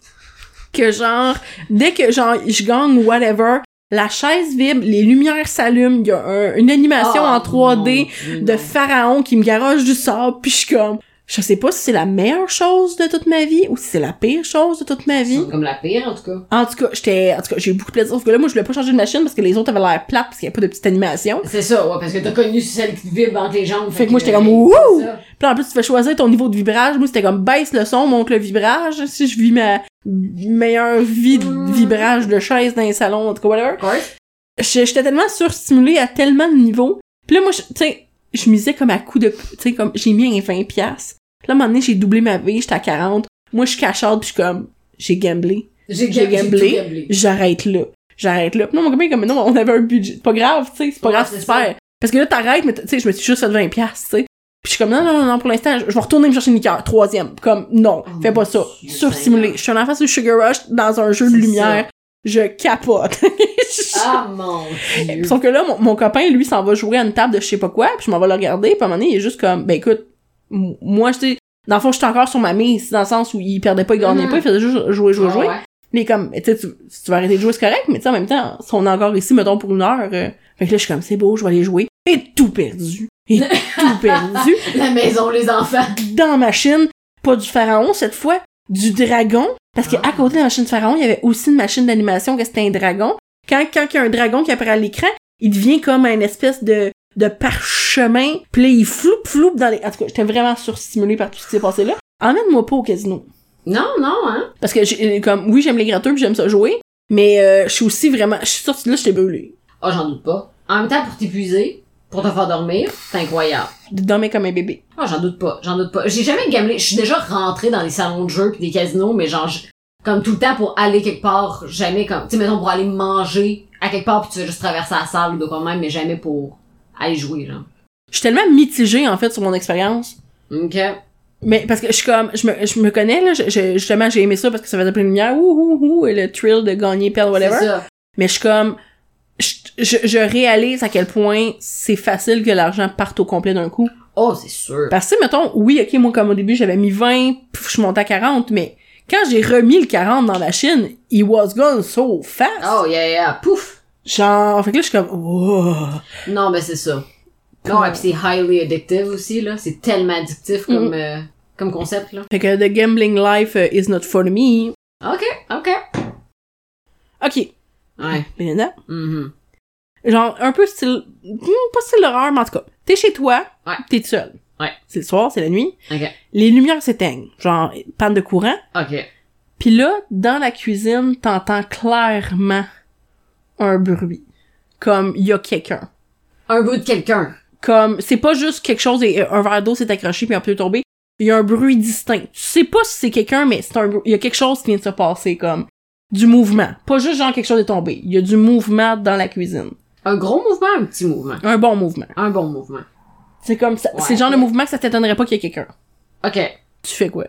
Speaker 2: Que genre, dès que genre, je gagne whatever, la chaise vibre, les lumières s'allument, il y a un- une animation
Speaker 1: Oh,
Speaker 2: en 3D
Speaker 1: mon Dieu,
Speaker 2: de
Speaker 1: non.
Speaker 2: pharaon qui me garoche du sable puis je suis comme je sais pas si c'est la meilleure chose de toute ma vie ou si c'est la pire chose de toute ma vie.
Speaker 1: C'est Comme la pire, en tout cas.
Speaker 2: En tout cas, j'étais en tout cas, j'ai eu beaucoup de plaisir parce que là moi je voulais pas changer de machine parce que les autres avaient l'air plates parce qu'il y a pas de petite animation.
Speaker 1: C'est ça, ouais, parce que t'as connu celle qui vibre entre les jambes.
Speaker 2: Fait que moi, j'étais comme,
Speaker 1: euh,
Speaker 2: wouh!
Speaker 1: c'est ça.
Speaker 2: Puis en plus tu fais choisir ton niveau de vibrage, moi c'était comme baisse le son, monte le vibrage si je vis ma meilleure vie de
Speaker 1: Mm.
Speaker 2: vibrage de chaise dans un salon en tout cas whatever.
Speaker 1: Of course.
Speaker 2: Je- j'étais tellement surstimulée à tellement de niveaux. Puis là, moi, je- tu sais, je misais comme à coup de... Tu sais, comme, j'ai mis un 20 piastres. Puis là, à un moment donné, j'ai doublé ma vie, j'étais à 40. Moi, je suis cacharde, puis je suis comme... J'ai gamblé.
Speaker 1: J'ai
Speaker 2: J'ai
Speaker 1: gam- j'ai tout
Speaker 2: gamblé.
Speaker 1: gamblé.
Speaker 2: J'arrête là. J'arrête là. Puis non, mon copain, est comme, non, on avait un budget. C'est pas grave, tu sais, c'est pas
Speaker 1: Ouais,
Speaker 2: grave si
Speaker 1: c'est
Speaker 2: tu perds. Parce que là, t'arrêtes, mais t- tu sais, je me suis juste fait 20 piastres, tu sais. Puis je suis comme, non, non, non, non, pour l'instant, je je vais retourner me chercher une liqueur. Troisième. Comme, non,
Speaker 1: Oh
Speaker 2: fais
Speaker 1: mon
Speaker 2: pas ça.
Speaker 1: Dieu,
Speaker 2: Surstimulé.
Speaker 1: Seigneur.
Speaker 2: Je suis un enfant sur Sugar Rush dans un jeu de
Speaker 1: C'est
Speaker 2: lumière. Je capote.
Speaker 1: Ah mon dieu.
Speaker 2: Sauf que là, mon, mon copain, lui, s'en va jouer à une table de je sais pas quoi, puis je m'en vais le regarder, puis à un moment donné, il est juste comme, ben écoute, m- moi, je sais, dans le fond, j'étais encore sur ma mise, dans le sens où il perdait pas, il gagnait
Speaker 1: Mhm.
Speaker 2: pas, il faisait juste jouer, jouer, jouer.
Speaker 1: Ah, Ouais, ouais.
Speaker 2: Puis il est comme, tu sais, tu- si tu vas arrêter de jouer, c'est correct, mais tu sais, en même temps, si on est encore ici, mettons, pour une heure, euh, fait que là, je suis comme, c'est beau, je vais aller jouer. Et tout perdu. Et tout perdu.
Speaker 1: La maison, les enfants.
Speaker 2: Dans ma machine, pas du pharaon cette fois, du dragon. Parce qu'à
Speaker 1: Ah.
Speaker 2: côté de la machine de pharaon, il y avait aussi une machine d'animation que c'était un dragon. Quand, quand il y a un dragon qui apparaît à l'écran, il devient comme une espèce de, de parchemin. Puis là, il floupe, floupe dans les... En tout cas, j'étais vraiment surstimulée par tout ce qui s'est passé là. Emmène-moi pas au casino.
Speaker 1: Non, non, hein.
Speaker 2: Parce que j'ai- euh, comme oui, j'aime les gratteurs puis j'aime ça jouer, mais euh, je suis aussi vraiment je suis sortie de là, j'étais brûlée.
Speaker 1: Ah, j'en doute pas. En même temps, pour t'épuiser, pour te faire dormir, c'est incroyable.
Speaker 2: Je dormais comme un bébé.
Speaker 1: Ah, j'en doute pas, j'en doute pas. J'ai jamais gamelé. Je suis déjà rentrée dans des salons de jeux puis des casinos, mais genre, je- comme tout le temps pour aller quelque part, jamais comme, tu sais, mettons pour aller manger à quelque part puis tu veux juste traverser la salle ou de quoi de même, mais jamais pour aller jouer, là.
Speaker 2: Je suis tellement mitigée en fait sur mon expérience.
Speaker 1: Ok.
Speaker 2: Mais parce que je suis comme je me, je me connais là, je- je- justement j'ai aimé ça parce que ça faisait plein de lumière, ouh ouh ouh et le thrill de gagner perdre whatever.
Speaker 1: C'est ça.
Speaker 2: Mais je suis comme je, je, je réalise à quel point c'est facile que l'argent parte au complet d'un coup.
Speaker 1: Oh, c'est sûr.
Speaker 2: Parce que mettons oui, OK, moi comme au début, j'avais mis 20, puis je suis montée à 40, mais quand j'ai remis le 40 dans la Chine, it was gone so fast.
Speaker 1: Oh, yeah, yeah, pouf!
Speaker 2: Genre, fait que là, je suis comme, wow.
Speaker 1: Non, mais c'est ça. Non, et puis c'est highly addictive aussi, là. C'est tellement addictif comme, euh, comme concept, là.
Speaker 2: Fait que The Gambling Life euh, is not for me.
Speaker 1: Ok, ok.
Speaker 2: Ok,
Speaker 1: Ouais.
Speaker 2: Belinda.
Speaker 1: Mhm.
Speaker 2: Genre, un peu style, hmm, pas style d'horreur, mais en tout cas, t'es chez toi,
Speaker 1: Ouais.
Speaker 2: t'es tout seul.
Speaker 1: Ouais.
Speaker 2: C'est le soir, c'est la nuit.
Speaker 1: Ok.
Speaker 2: Les lumières s'éteignent, genre, panne de courant.
Speaker 1: Ok.
Speaker 2: Puis là, dans la cuisine, t'entends clairement un bruit. Comme, il y a quelqu'un.
Speaker 1: Un bout de quelqu'un.
Speaker 2: Comme, c'est pas juste quelque chose et euh, un verre d'eau s'est accroché puis un peu tombé. Il y a un bruit distinct. Tu sais pas si c'est quelqu'un, mais c'est un bruit. Il y a quelque chose qui vient de se passer, comme, du mouvement. Pas juste genre quelque chose est tombé. Il y a du mouvement dans la cuisine.
Speaker 1: Un gros mouvement, un petit mouvement.
Speaker 2: Un bon mouvement.
Speaker 1: Un bon mouvement.
Speaker 2: C'est comme ça.
Speaker 1: Ouais.
Speaker 2: C'est le genre de mouvement que ça t'étonnerait pas qu'il y ait quelqu'un.
Speaker 1: Ok.
Speaker 2: Tu fais quoi?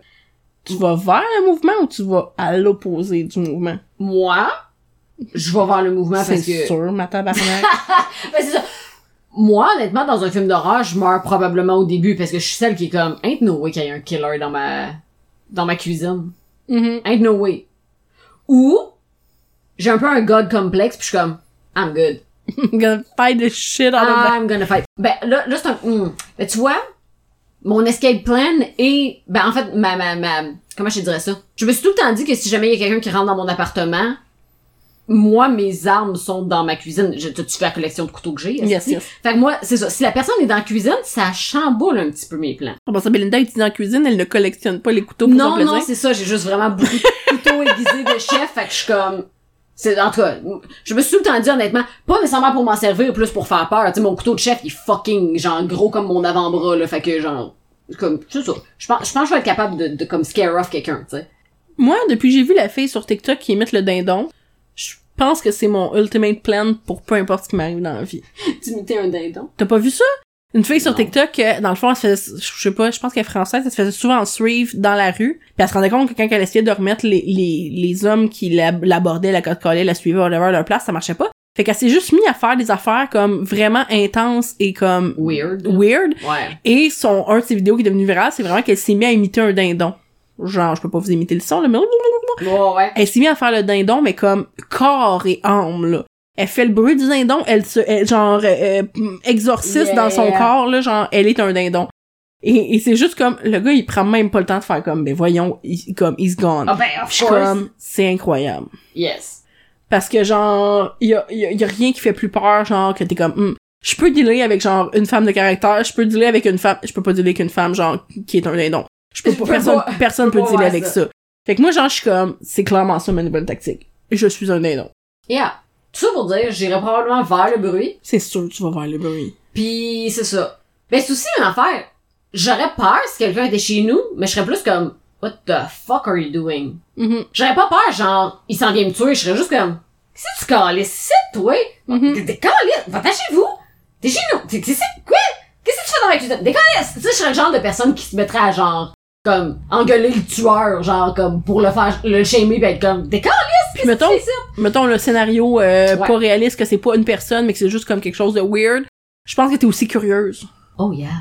Speaker 2: Tu vas vers le mouvement ou tu vas à l'opposé du mouvement?
Speaker 1: Moi, je vais voir le mouvement
Speaker 2: C'est
Speaker 1: Ah, parce que.
Speaker 2: sûr, ma tabarnak.
Speaker 1: Ben, c'est ça. Moi, honnêtement, dans un film d'horreur, je meurs probablement au début parce que je suis celle qui est comme, ain't no way qu'il y ait un killer dans ma, dans ma cuisine.
Speaker 2: Mhm.
Speaker 1: Ain't no way. Ou, j'ai un peu un god complexe pis je suis comme, I'm good.
Speaker 2: I'm gonna fight the shit out of that.
Speaker 1: I'm gonna fight. Ben, là, là c'est un, hmm. ben, tu vois, mon escape plan est, ben, en fait, ma, ma, ma, comment je te dirais ça? Je me suis tout le temps dit que si jamais il y a quelqu'un qui rentre dans mon appartement, moi, mes armes sont dans ma cuisine. Je te super collection de couteaux que j'ai. est-ce
Speaker 2: Yes,
Speaker 1: que-
Speaker 2: yes.
Speaker 1: Fait que moi, c'est ça. Si la personne est dans la cuisine, ça chamboule un petit peu mes plans.
Speaker 2: Bon, ça, Belinda est dans la cuisine, elle ne collectionne pas les couteaux pour son
Speaker 1: Non,
Speaker 2: plaisir.
Speaker 1: non, c'est ça. J'ai juste vraiment beaucoup de couteaux aiguisés de chef. Fait que je suis comme... C'est, en tout cas, je me suis tout le temps dit, honnêtement, pas nécessairement pour m'en servir, plus pour faire peur. Tu sais, mon couteau de chef, il est fucking, genre, gros comme mon avant-bras, là. Fait que, genre, comme, c'est ça. Je pense, je pense que je vais être capable de, de comme, scare off quelqu'un, tu sais.
Speaker 2: Moi, depuis que j'ai vu la fille sur TikTok qui imite le dindon, je pense que c'est mon ultimate plan pour peu importe ce qui m'arrive dans la vie.
Speaker 1: Tu mettais un dindon?
Speaker 2: T'as pas vu ça? Une fille sur
Speaker 1: Non.
Speaker 2: TikTok, euh, dans le fond, elle se faisait, je sais pas, je pense qu'elle est française, elle se faisait souvent suivre dans la rue, puis elle se rendait compte que quand elle essayait de remettre les, les, les hommes qui la- l'abordaient, la collaient, la suivaient, whatever, à leur place, ça marchait pas. Fait qu'elle s'est juste mis à faire des affaires comme vraiment intenses et comme
Speaker 1: Weird.
Speaker 2: weird.
Speaker 1: Ouais.
Speaker 2: Et son, un de ses vidéos qui est devenu viral, c'est vraiment qu'elle s'est mise à imiter un dindon. Genre, je peux pas vous imiter le son, là, mais
Speaker 1: Ouais, ouais.
Speaker 2: elle s'est mise à faire le dindon, mais comme corps et âme, là. Elle fait le bruit du dindon, elle se, elle, genre, euh, euh, exorciste
Speaker 1: Yeah.
Speaker 2: dans son corps, là, genre, elle est un dindon. Et, et c'est juste comme, le gars, il prend même pas le temps de faire comme, ben voyons, il- comme, he's gone.
Speaker 1: Ah ben,
Speaker 2: Puis
Speaker 1: of
Speaker 2: je suis
Speaker 1: course.
Speaker 2: comme, c'est incroyable.
Speaker 1: Yes.
Speaker 2: Parce que, genre, y a, y a- y a rien qui fait plus peur, genre, que t'es comme, Hmm, je peux dealer avec, genre, une femme de caractère, je peux dealer avec une femme, je peux pas dealer avec une femme, genre, qui est un dindon. Je peux
Speaker 1: Je
Speaker 2: pas,
Speaker 1: peux
Speaker 2: personne,
Speaker 1: pas-
Speaker 2: personne
Speaker 1: je peux
Speaker 2: peut
Speaker 1: pas
Speaker 2: dealer
Speaker 1: voir
Speaker 2: avec ça. Fait que moi, genre, je suis comme, c'est clairement ça ma nouvelle tactique. Je suis un dindon.
Speaker 1: Yeah. Tout ça pour dire, j'irai probablement vers le bruit.
Speaker 2: C'est sûr que tu vas voir le bruit.
Speaker 1: Pis c'est ça. Mais c'est aussi une affaire. J'aurais peur si quelqu'un était chez nous, mais je serais plus comme What the fuck are you doing?
Speaker 2: Mhm.
Speaker 1: J'aurais pas peur, genre, il s'en vient me tuer, je serais juste comme Qu'est-ce que tu calisses? C'est toi!
Speaker 2: Mhm.
Speaker 1: T'es- T'es calisses! Va-t'en chez vous! T'es chez nous! T'es- T'es c'est quoi? Qu'est-ce que tu fais dans la cuisine? T'es calisses! Tu sais, je serais le genre de personne qui se mettrait à genre comme engueuler le tueur, genre comme pour le faire le shamer pis être comme T'es calisses! Qu'est-ce que
Speaker 2: mettons-
Speaker 1: tu fais ici?
Speaker 2: Mettons le scénario euh,
Speaker 1: Ouais.
Speaker 2: pas réaliste que c'est pas une personne, mais que c'est juste comme quelque chose de weird. Je pense que t'es aussi curieuse.
Speaker 1: Oh yeah.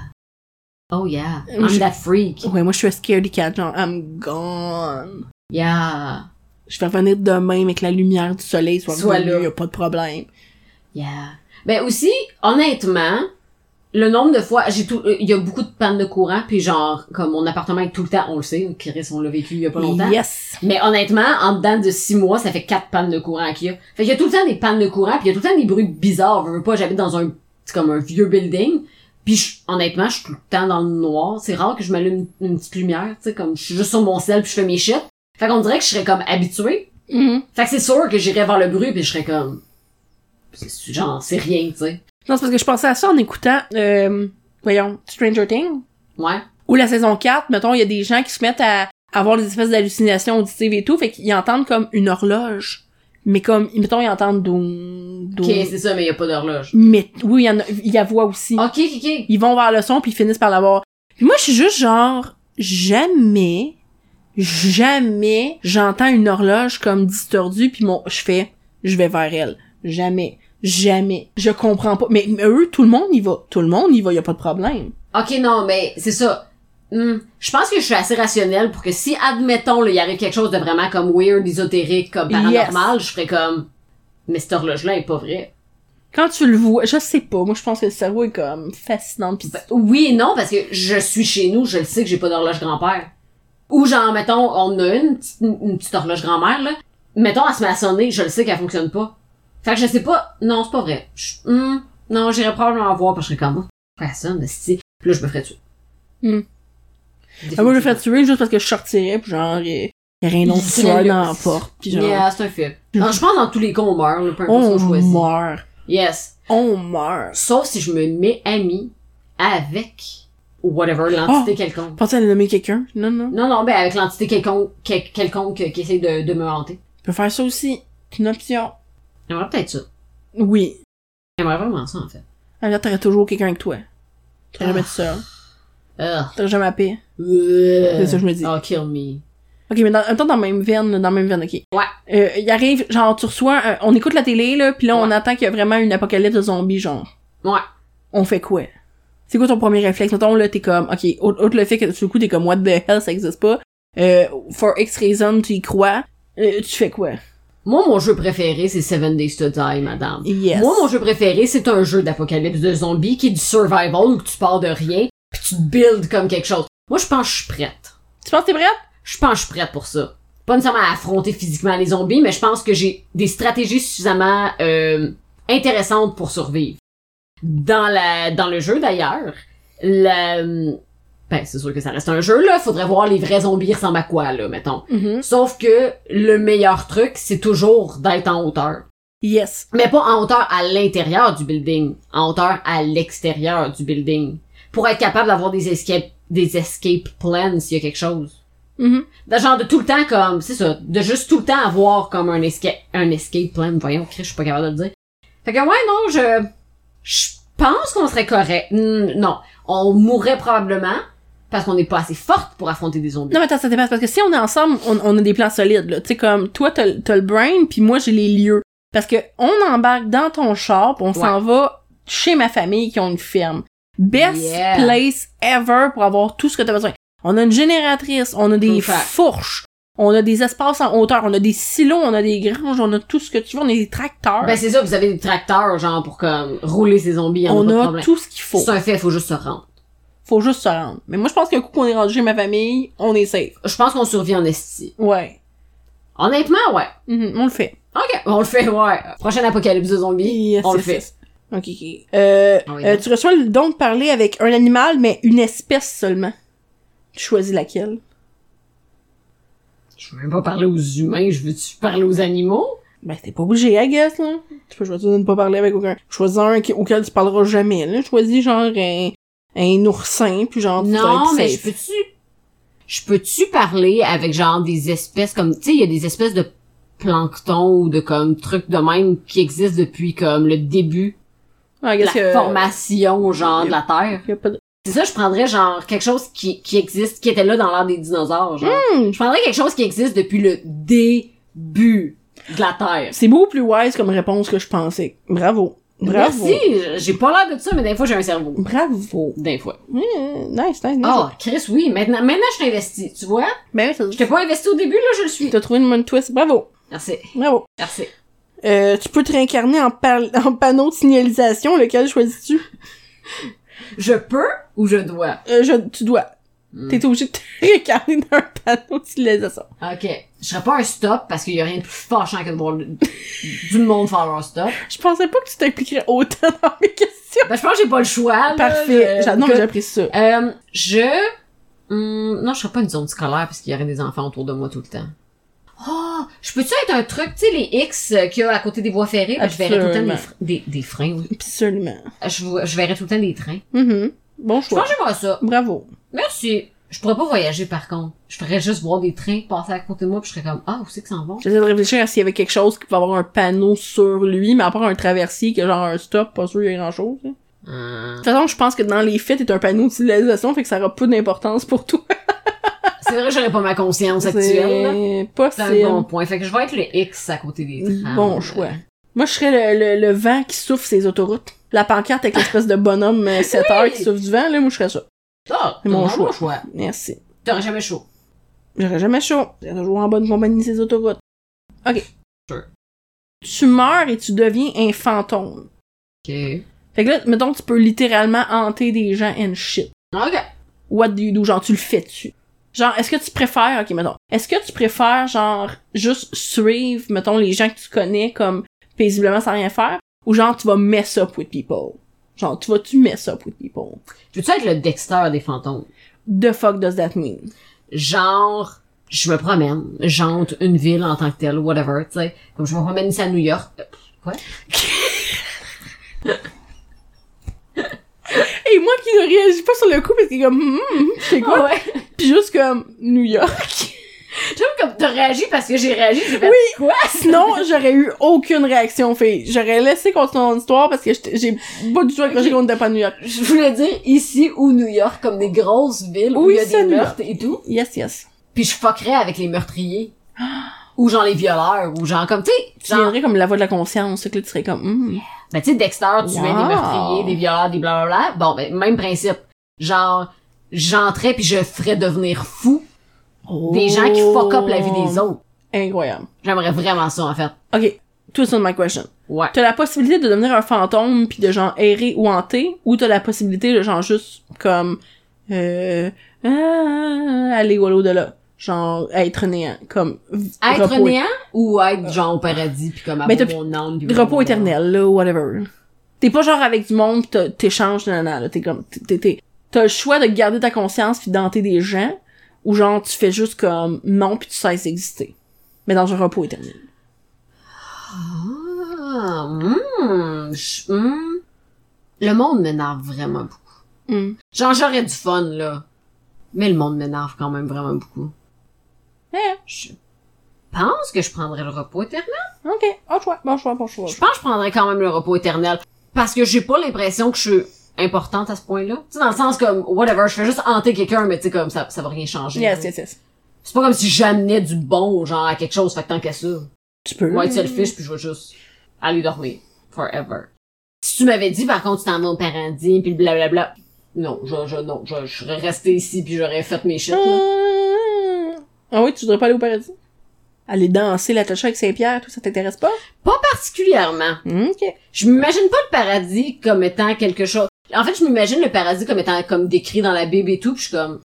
Speaker 1: Oh yeah.
Speaker 2: Je-
Speaker 1: I'm that freak.
Speaker 2: Ouais, moi, je suis un scaredy cat, genre, I'm gone.
Speaker 1: Yeah.
Speaker 2: Je vais revenir demain avec la lumière du soleil soit,
Speaker 1: Soit
Speaker 2: revenue,
Speaker 1: là.
Speaker 2: y a pas de problème.
Speaker 1: Yeah. Ben aussi, honnêtement, le nombre de fois, j'ai tout, il y a beaucoup de pannes de courant, puis genre, comme mon appartement est tout le temps, on le sait, Chris, on l'a vécu il y a pas longtemps.
Speaker 2: Yes.
Speaker 1: Mais honnêtement, en dedans de six mois, ça fait quatre pannes de courant qu'il y a. Fait qu'il y a tout le temps des pannes de courant, puis il y a tout le temps des bruits bizarres. Je veux pas, j'habite dans un, c'est comme un vieux building. Puis je- honnêtement, je suis tout le temps dans le noir. C'est rare que je m'allume une, une petite lumière, tu sais, comme je suis juste sur mon sel puis je fais mes shit. Fait qu'on dirait que je serais comme habituée. Fait que c'est sûr que j'irais voir le bruit puis je serais comme, c'est genre, c'est rien, tu sais.
Speaker 2: Non, c'est parce que je pensais à ça en écoutant, euh, voyons, Stranger Things.
Speaker 1: Ouais.
Speaker 2: Ou la saison 4, mettons, il y a des gens qui se mettent à avoir des espèces d'hallucinations auditives et tout, fait qu'ils entendent comme une horloge. Mais comme, mettons, ils entendent doum, doum.
Speaker 1: Ok, c'est ça, mais il y a pas d'horloge.
Speaker 2: Mais oui, il y en a, il y a voix aussi.
Speaker 1: Ok, ok, ok.
Speaker 2: Ils vont vers le son puis ils finissent par l'avoir. Puis moi, je suis juste genre, jamais, jamais j'entends une horloge comme distordue puis mon, je fais, je vais vers elle. Jamais. Jamais. Je comprends pas. Mais, mais eux, tout le monde y va. Tout le monde y va, y a pas de problème.
Speaker 1: Ok, non, mais c'est ça. Hmm, Je pense que je suis assez rationnelle pour que si, admettons, là, il arrive quelque chose de vraiment comme weird, ésotérique, comme paranormal, je ferais comme... Mais cette horloge-là est pas vraie.
Speaker 2: Quand tu le vois, je sais pas. Moi, je pense que le cerveau est comme fascinant pis
Speaker 1: Ben, oui et non, parce que je suis chez nous, je le sais que j'ai pas d'horloge grand-père. Ou genre, mettons, on a une, petite- une une petite horloge grand-mère, là. Mettons, elle se met à sonner, je le sais qu'elle fonctionne pas. Fait que je sais pas... Non, c'est pas vrai. Je- hmm, non, j'irais probablement voir, parce que je serais comme... Personne, si... Puis là, je me ferais tuer.
Speaker 2: Hmm. Ah, moi, je me fais tuer juste parce que je sortirais pis genre, y y a rien d'autre qui
Speaker 1: Il y a
Speaker 2: soit
Speaker 1: le-
Speaker 2: dans la porte pis genre,
Speaker 1: Yeah, c'est un film. Non, je pense dans tous les cas, on meurt, là, peu importe ce
Speaker 2: on
Speaker 1: qu'on choisit.
Speaker 2: meurt.
Speaker 1: Yes.
Speaker 2: On meurt.
Speaker 1: Sauf si je me mets ami avec, ou whatever, l'entité
Speaker 2: Oh!
Speaker 1: quelconque.
Speaker 2: Pensez à nommer quelqu'un? Non, non.
Speaker 1: Non, non, ben avec l'entité quelconque, quel- quelconque qui essaie de, de me hanter.
Speaker 2: Tu peux faire ça aussi. C'est une option.
Speaker 1: J'aimerais peut-être ça.
Speaker 2: Oui.
Speaker 1: J'aimerais vraiment ça, en fait.
Speaker 2: Alors, t'aurais toujours quelqu'un avec toi. T'aurais jamais tout seul.
Speaker 1: Ah.
Speaker 2: T'aurais jamais à paix. C'est
Speaker 1: C'est
Speaker 2: ça que je me dis.
Speaker 1: Oh, kill me.
Speaker 2: Ok, mais dans, en même temps, dans la même veine, là, dans la même veine, ok.
Speaker 1: Ouais.
Speaker 2: Euh, il arrive, genre, tu reçois, un- on écoute la télé, là, pis là, on
Speaker 1: Ouais.
Speaker 2: attend qu'il y a vraiment une apocalypse de zombies, genre.
Speaker 1: Ouais.
Speaker 2: On fait quoi? C'est quoi ton premier réflexe? Mettons, là, t'es comme, ok, au- outre le fait que, du coup, t'es comme, what the hell, ça existe pas. Euh, for X reason, tu y crois. Euh, tu fais quoi?
Speaker 1: Moi, mon jeu préféré, c'est Seven Days to Die, madame.
Speaker 2: Yes.
Speaker 1: Moi, mon jeu préféré, c'est un jeu d'apocalypse de zombies qui est du survival où tu pars de rien, puis tu te builds comme quelque chose. Moi, je pense que je suis prête.
Speaker 2: Tu penses que t'es prête?
Speaker 1: je pense que je suis prête pour ça. Pas nécessairement à affronter physiquement les zombies, mais je pense que j'ai des stratégies suffisamment euh, intéressantes pour survivre. Dans la dans le jeu d'ailleurs, la- ben c'est sûr que ça reste un jeu là, faudrait voir les vrais zombies ressemblent à quoi là, mettons. Sauf que le meilleur truc, c'est toujours d'être en hauteur.
Speaker 2: Yes.
Speaker 1: Mais pas en hauteur à l'intérieur du building, en hauteur à l'extérieur du building. Pour être capable d'avoir des escape, des escape plans s'il y a quelque chose.
Speaker 2: Mhm.
Speaker 1: De genre de tout le temps comme, c'est ça, de juste tout le temps avoir comme un escape, un escape plan. Voyons, Chris, je suis pas capable de le dire. Fait que ouais, non, je, je pense qu'on serait correct. Hmm, non, on mourrait probablement parce qu'on n'est pas assez forte pour affronter des zombies.
Speaker 2: Non, mais attends, ça dépasse. Parce que si on est ensemble, on, on a des plans solides, là. Tu sais, comme, toi, t'as le- t'as le brain, puis moi, j'ai les lieux. Parce que on embarque dans ton char, puis on s'en va chez ma famille qui ont une ferme. Best
Speaker 1: Yeah.
Speaker 2: place ever pour avoir tout ce que t'as besoin. On a une génératrice, on a des
Speaker 1: True fact.
Speaker 2: fourches, on a des espaces en hauteur, on a des silos, on a des granges, on a tout ce que tu veux, on a des tracteurs.
Speaker 1: Ben c'est ça, vous avez des tracteurs genre pour comme rouler ces zombies, on
Speaker 2: on
Speaker 1: pas de
Speaker 2: a
Speaker 1: problème.
Speaker 2: tout ce qu'il faut.
Speaker 1: C'est un fait, faut juste se rendre.
Speaker 2: Faut juste se rendre. Mais moi, je pense qu'un coup qu'on est rendu chez ma famille, on est safe.
Speaker 1: Je pense qu'on survit en esti.
Speaker 2: Ouais.
Speaker 1: Honnêtement, ouais.
Speaker 2: Mhm, on le fait.
Speaker 1: Ok, on le fait, ouais. Prochain apocalypse de zombies,
Speaker 2: Yes,
Speaker 1: on le
Speaker 2: yes,
Speaker 1: fait.
Speaker 2: yes. Ok, ok. Euh,
Speaker 1: Ah oui,
Speaker 2: euh,
Speaker 1: non.
Speaker 2: tu reçois le don de parler avec un animal, mais une espèce seulement. Tu choisis laquelle?
Speaker 1: Je veux même pas parler aux humains, je veux-tu parler aux animaux?
Speaker 2: Ben, t'es pas obligé, I guess, là. Tu peux choisir de ne pas parler avec aucun. Choisis un qui- auquel tu parleras jamais, là. Choisis genre un, un oursin, puis genre tu vas
Speaker 1: Non,
Speaker 2: être
Speaker 1: mais
Speaker 2: safe.
Speaker 1: je peux-tu... Je peux-tu parler avec genre des espèces comme... Tu sais, il y a des espèces de plancton ou de comme trucs de même qui existent depuis comme le début
Speaker 2: Ah, I
Speaker 1: de
Speaker 2: guess
Speaker 1: la
Speaker 2: que-
Speaker 1: formation genre de la Terre.
Speaker 2: y a pas de-
Speaker 1: C'est ça, je prendrais genre quelque chose qui, qui existe, qui était là dans l'ère des dinosaures. Genre.
Speaker 2: Hmm.
Speaker 1: Je prendrais quelque chose qui existe depuis le début de la Terre.
Speaker 2: C'est beaucoup plus wise comme réponse que je pensais. Bravo. Bravo.
Speaker 1: Merci, j'ai pas l'air de ça, mais des fois j'ai un cerveau.
Speaker 2: Bravo.
Speaker 1: Des fois.
Speaker 2: Mmh, nice, nice, nice.
Speaker 1: Ah, Chris, oui, maintenant, maintenant je suis investie, tu vois?
Speaker 2: Ben oui, ça-
Speaker 1: J'étais pas investie au début, là, je le suis.
Speaker 2: T'as trouvé une bonne twist. Bravo.
Speaker 1: Merci,
Speaker 2: Bravo.
Speaker 1: merci.
Speaker 2: Euh, tu peux te réincarner en, par- en panneau de signalisation, lequel choisis-tu?
Speaker 1: Je peux ou je dois?
Speaker 2: Euh, je- tu dois.
Speaker 1: Hmm.
Speaker 2: T'es obligé de te réincarner dans un panneau de signalisation.
Speaker 1: Ok. Je serais pas un stop parce qu'il y a rien de plus fâchant que de voir le- du monde faire un stop.
Speaker 2: Je pensais pas que tu t'impliquerais autant dans mes questions.
Speaker 1: Ben, je pense que j'ai pas le choix. là.
Speaker 2: Parfait.
Speaker 1: Euh,
Speaker 2: J'a- Non,
Speaker 1: écoute,
Speaker 2: mais j'ai appris ça.
Speaker 1: Euh, je... Hum, non, je serais pas une zone scolaire parce qu'il y aurait des enfants autour de moi tout le temps. Oh, je peux-tu être un truc, tu sais, les X euh, qu'il y a à côté des voies ferrées? Ben, je verrais tout le temps des, fr- des, des freins, oui.
Speaker 2: Absolument.
Speaker 1: Je, vois- je verrais tout le temps des trains.
Speaker 2: Mhm. Bon
Speaker 1: Je
Speaker 2: choix.
Speaker 1: pense que j'aimerais ça.
Speaker 2: Bravo.
Speaker 1: Merci. Je pourrais pas voyager, par contre. Je pourrais juste voir des trains passer à côté de moi puis je serais comme, ah, où c'est que ça en va?
Speaker 2: J'essaie de réfléchir à s'il y avait quelque chose qui pouvait avoir un panneau sur lui, mais à part un traversier qui a genre un stop, pas sûr il y a grand chose. De
Speaker 1: Hum,
Speaker 2: toute façon, je pense que dans les faits, t'es un panneau de signalisation, fait que ça aura peu d'importance pour toi.
Speaker 1: c'est vrai que j'aurais pas ma conscience actuelle. là.
Speaker 2: C'est
Speaker 1: C'est un
Speaker 2: possible.
Speaker 1: bon point. Fait que je vais être le X à côté des trains.
Speaker 2: Bon choix. Moi, je serais le, le, le vent qui souffle ces autoroutes. La pancarte avec l'espèce de bonhomme 7 heures qui souffle du vent, là, moi, je serais ça.
Speaker 1: Ah,
Speaker 2: C'est mon
Speaker 1: mon
Speaker 2: choix.
Speaker 1: choix. choix.
Speaker 2: Merci.
Speaker 1: T'aurais jamais chaud.
Speaker 2: J'aurais jamais chaud. J'aurais toujours en bonne compagnie ces autoroutes. OK.
Speaker 1: Sure.
Speaker 2: Tu meurs et tu deviens un fantôme.
Speaker 1: Ok.
Speaker 2: Fait que là, mettons, tu peux littéralement hanter des gens and shit.
Speaker 1: Ok.
Speaker 2: What do you do? Genre, tu le fais-tu? Genre, est-ce que tu préfères, ok, mettons, est-ce que tu préfères, genre, juste suivre, mettons, les gens que tu connais, comme, paisiblement sans rien faire, ou genre, tu vas mess up with people? Genre, tu vas-tu mess up with people?
Speaker 1: Veux-tu être le Dexter des fantômes?
Speaker 2: The fuck does that mean?
Speaker 1: Genre, je me promène, j'entre une ville en tant que telle, whatever, tu sais. Comme je me promène ici à New York. Euh, Quoi?
Speaker 2: Et moi qui ne réagis pas sur le coup, parce qu'il est comme, hum, hum, c'est quoi?
Speaker 1: ouais.
Speaker 2: Pis juste comme, New York.
Speaker 1: J'aime comme t'as réagi parce que j'ai réagi, j'ai fait
Speaker 2: Oui.
Speaker 1: quoi?
Speaker 2: Sinon, j'aurais eu aucune réaction, fait. J'aurais laissé continuer mon histoire parce que j'étais- j'ai pas du tout accroché
Speaker 1: Ok.
Speaker 2: qu'on n'était pas à New York.
Speaker 1: Je voulais dire ici ou New York, comme des grosses villes où
Speaker 2: Oui,
Speaker 1: il y a
Speaker 2: c'est
Speaker 1: des
Speaker 2: New
Speaker 1: meurtres et tout.
Speaker 2: Yes, yes.
Speaker 1: Puis je fuckerais avec les meurtriers. ou genre les violeurs, ou genre comme, tu
Speaker 2: Tu
Speaker 1: sais, genre,
Speaker 2: viendrais comme la voix de la conscience, que là, tu serais comme, hum.
Speaker 1: ben tu sais, Dexter tuait des
Speaker 2: Wow.
Speaker 1: meurtriers, des violeurs, des blablabla. Bon, ben, même principe. Genre, j'entrais puis je ferais devenir fou des gens qui fuck up la vie
Speaker 2: Oh.
Speaker 1: des autres.
Speaker 2: Incroyable.
Speaker 1: J'aimerais vraiment ça, en fait.
Speaker 2: Ok. Twist on my question.
Speaker 1: Ouais.
Speaker 2: T'as la possibilité de devenir un fantôme puis de genre errer ou hanter, ou t'as la possibilité de genre juste comme euh, ah, aller au delà, genre être néant, comme v-
Speaker 1: Être
Speaker 2: repos
Speaker 1: néant ou être genre au paradis puis comme
Speaker 2: Ben,
Speaker 1: avoir
Speaker 2: t'as-
Speaker 1: mon âme puis
Speaker 2: é-
Speaker 1: mon-
Speaker 2: repos éternel là, whatever. T'es pas genre avec du monde pis t'as- t'échanges nanana, là, t'es comme t'es- t'es t'es- t'as le choix de garder ta conscience puis d'hanter des gens, ou genre tu fais juste comme non puis tu cesses d'exister, mais dans un repos éternel.
Speaker 1: Ah, hmm, je- hmm. Le monde m'énerve vraiment beaucoup.
Speaker 2: Hmm.
Speaker 1: Genre, j'aurais du fun, là. Mais le monde m'énerve quand même vraiment beaucoup.
Speaker 2: Eh,
Speaker 1: Je pense que je prendrais le repos éternel.
Speaker 2: ok, bon choix, bon choix, bon choix.
Speaker 1: Je pense que je prendrais quand même le repos éternel. Parce que j'ai pas l'impression que je suis importante à ce point-là. Tu sais, dans le sens comme, whatever, je fais juste hanter quelqu'un, mais tu sais, comme, ça, ça va rien changer.
Speaker 2: Yes, yes, yes.
Speaker 1: C'est pas comme si j'amenais du bon, genre, à quelque chose, fait que tant qu'à ça.
Speaker 2: Tu peux.
Speaker 1: Je vais être selfish, puis je vais juste aller dormir. Forever. Si tu m'avais dit, par contre, tu t'en vas au paradis, puis blablabla. Non, je, je, non, je, je serais restée ici, puis j'aurais fait mes shit, là.
Speaker 2: Ah Ah oui, tu voudrais pas aller au paradis? Aller danser la tacha avec Saint-Pierre, tout ça t'intéresse pas?
Speaker 1: Pas particulièrement.
Speaker 2: Ok.
Speaker 1: Je m'imagine pas le paradis comme étant quelque chose. En fait, je m'imagine le paradis comme étant comme décrit dans la Bible et tout, puis je suis comme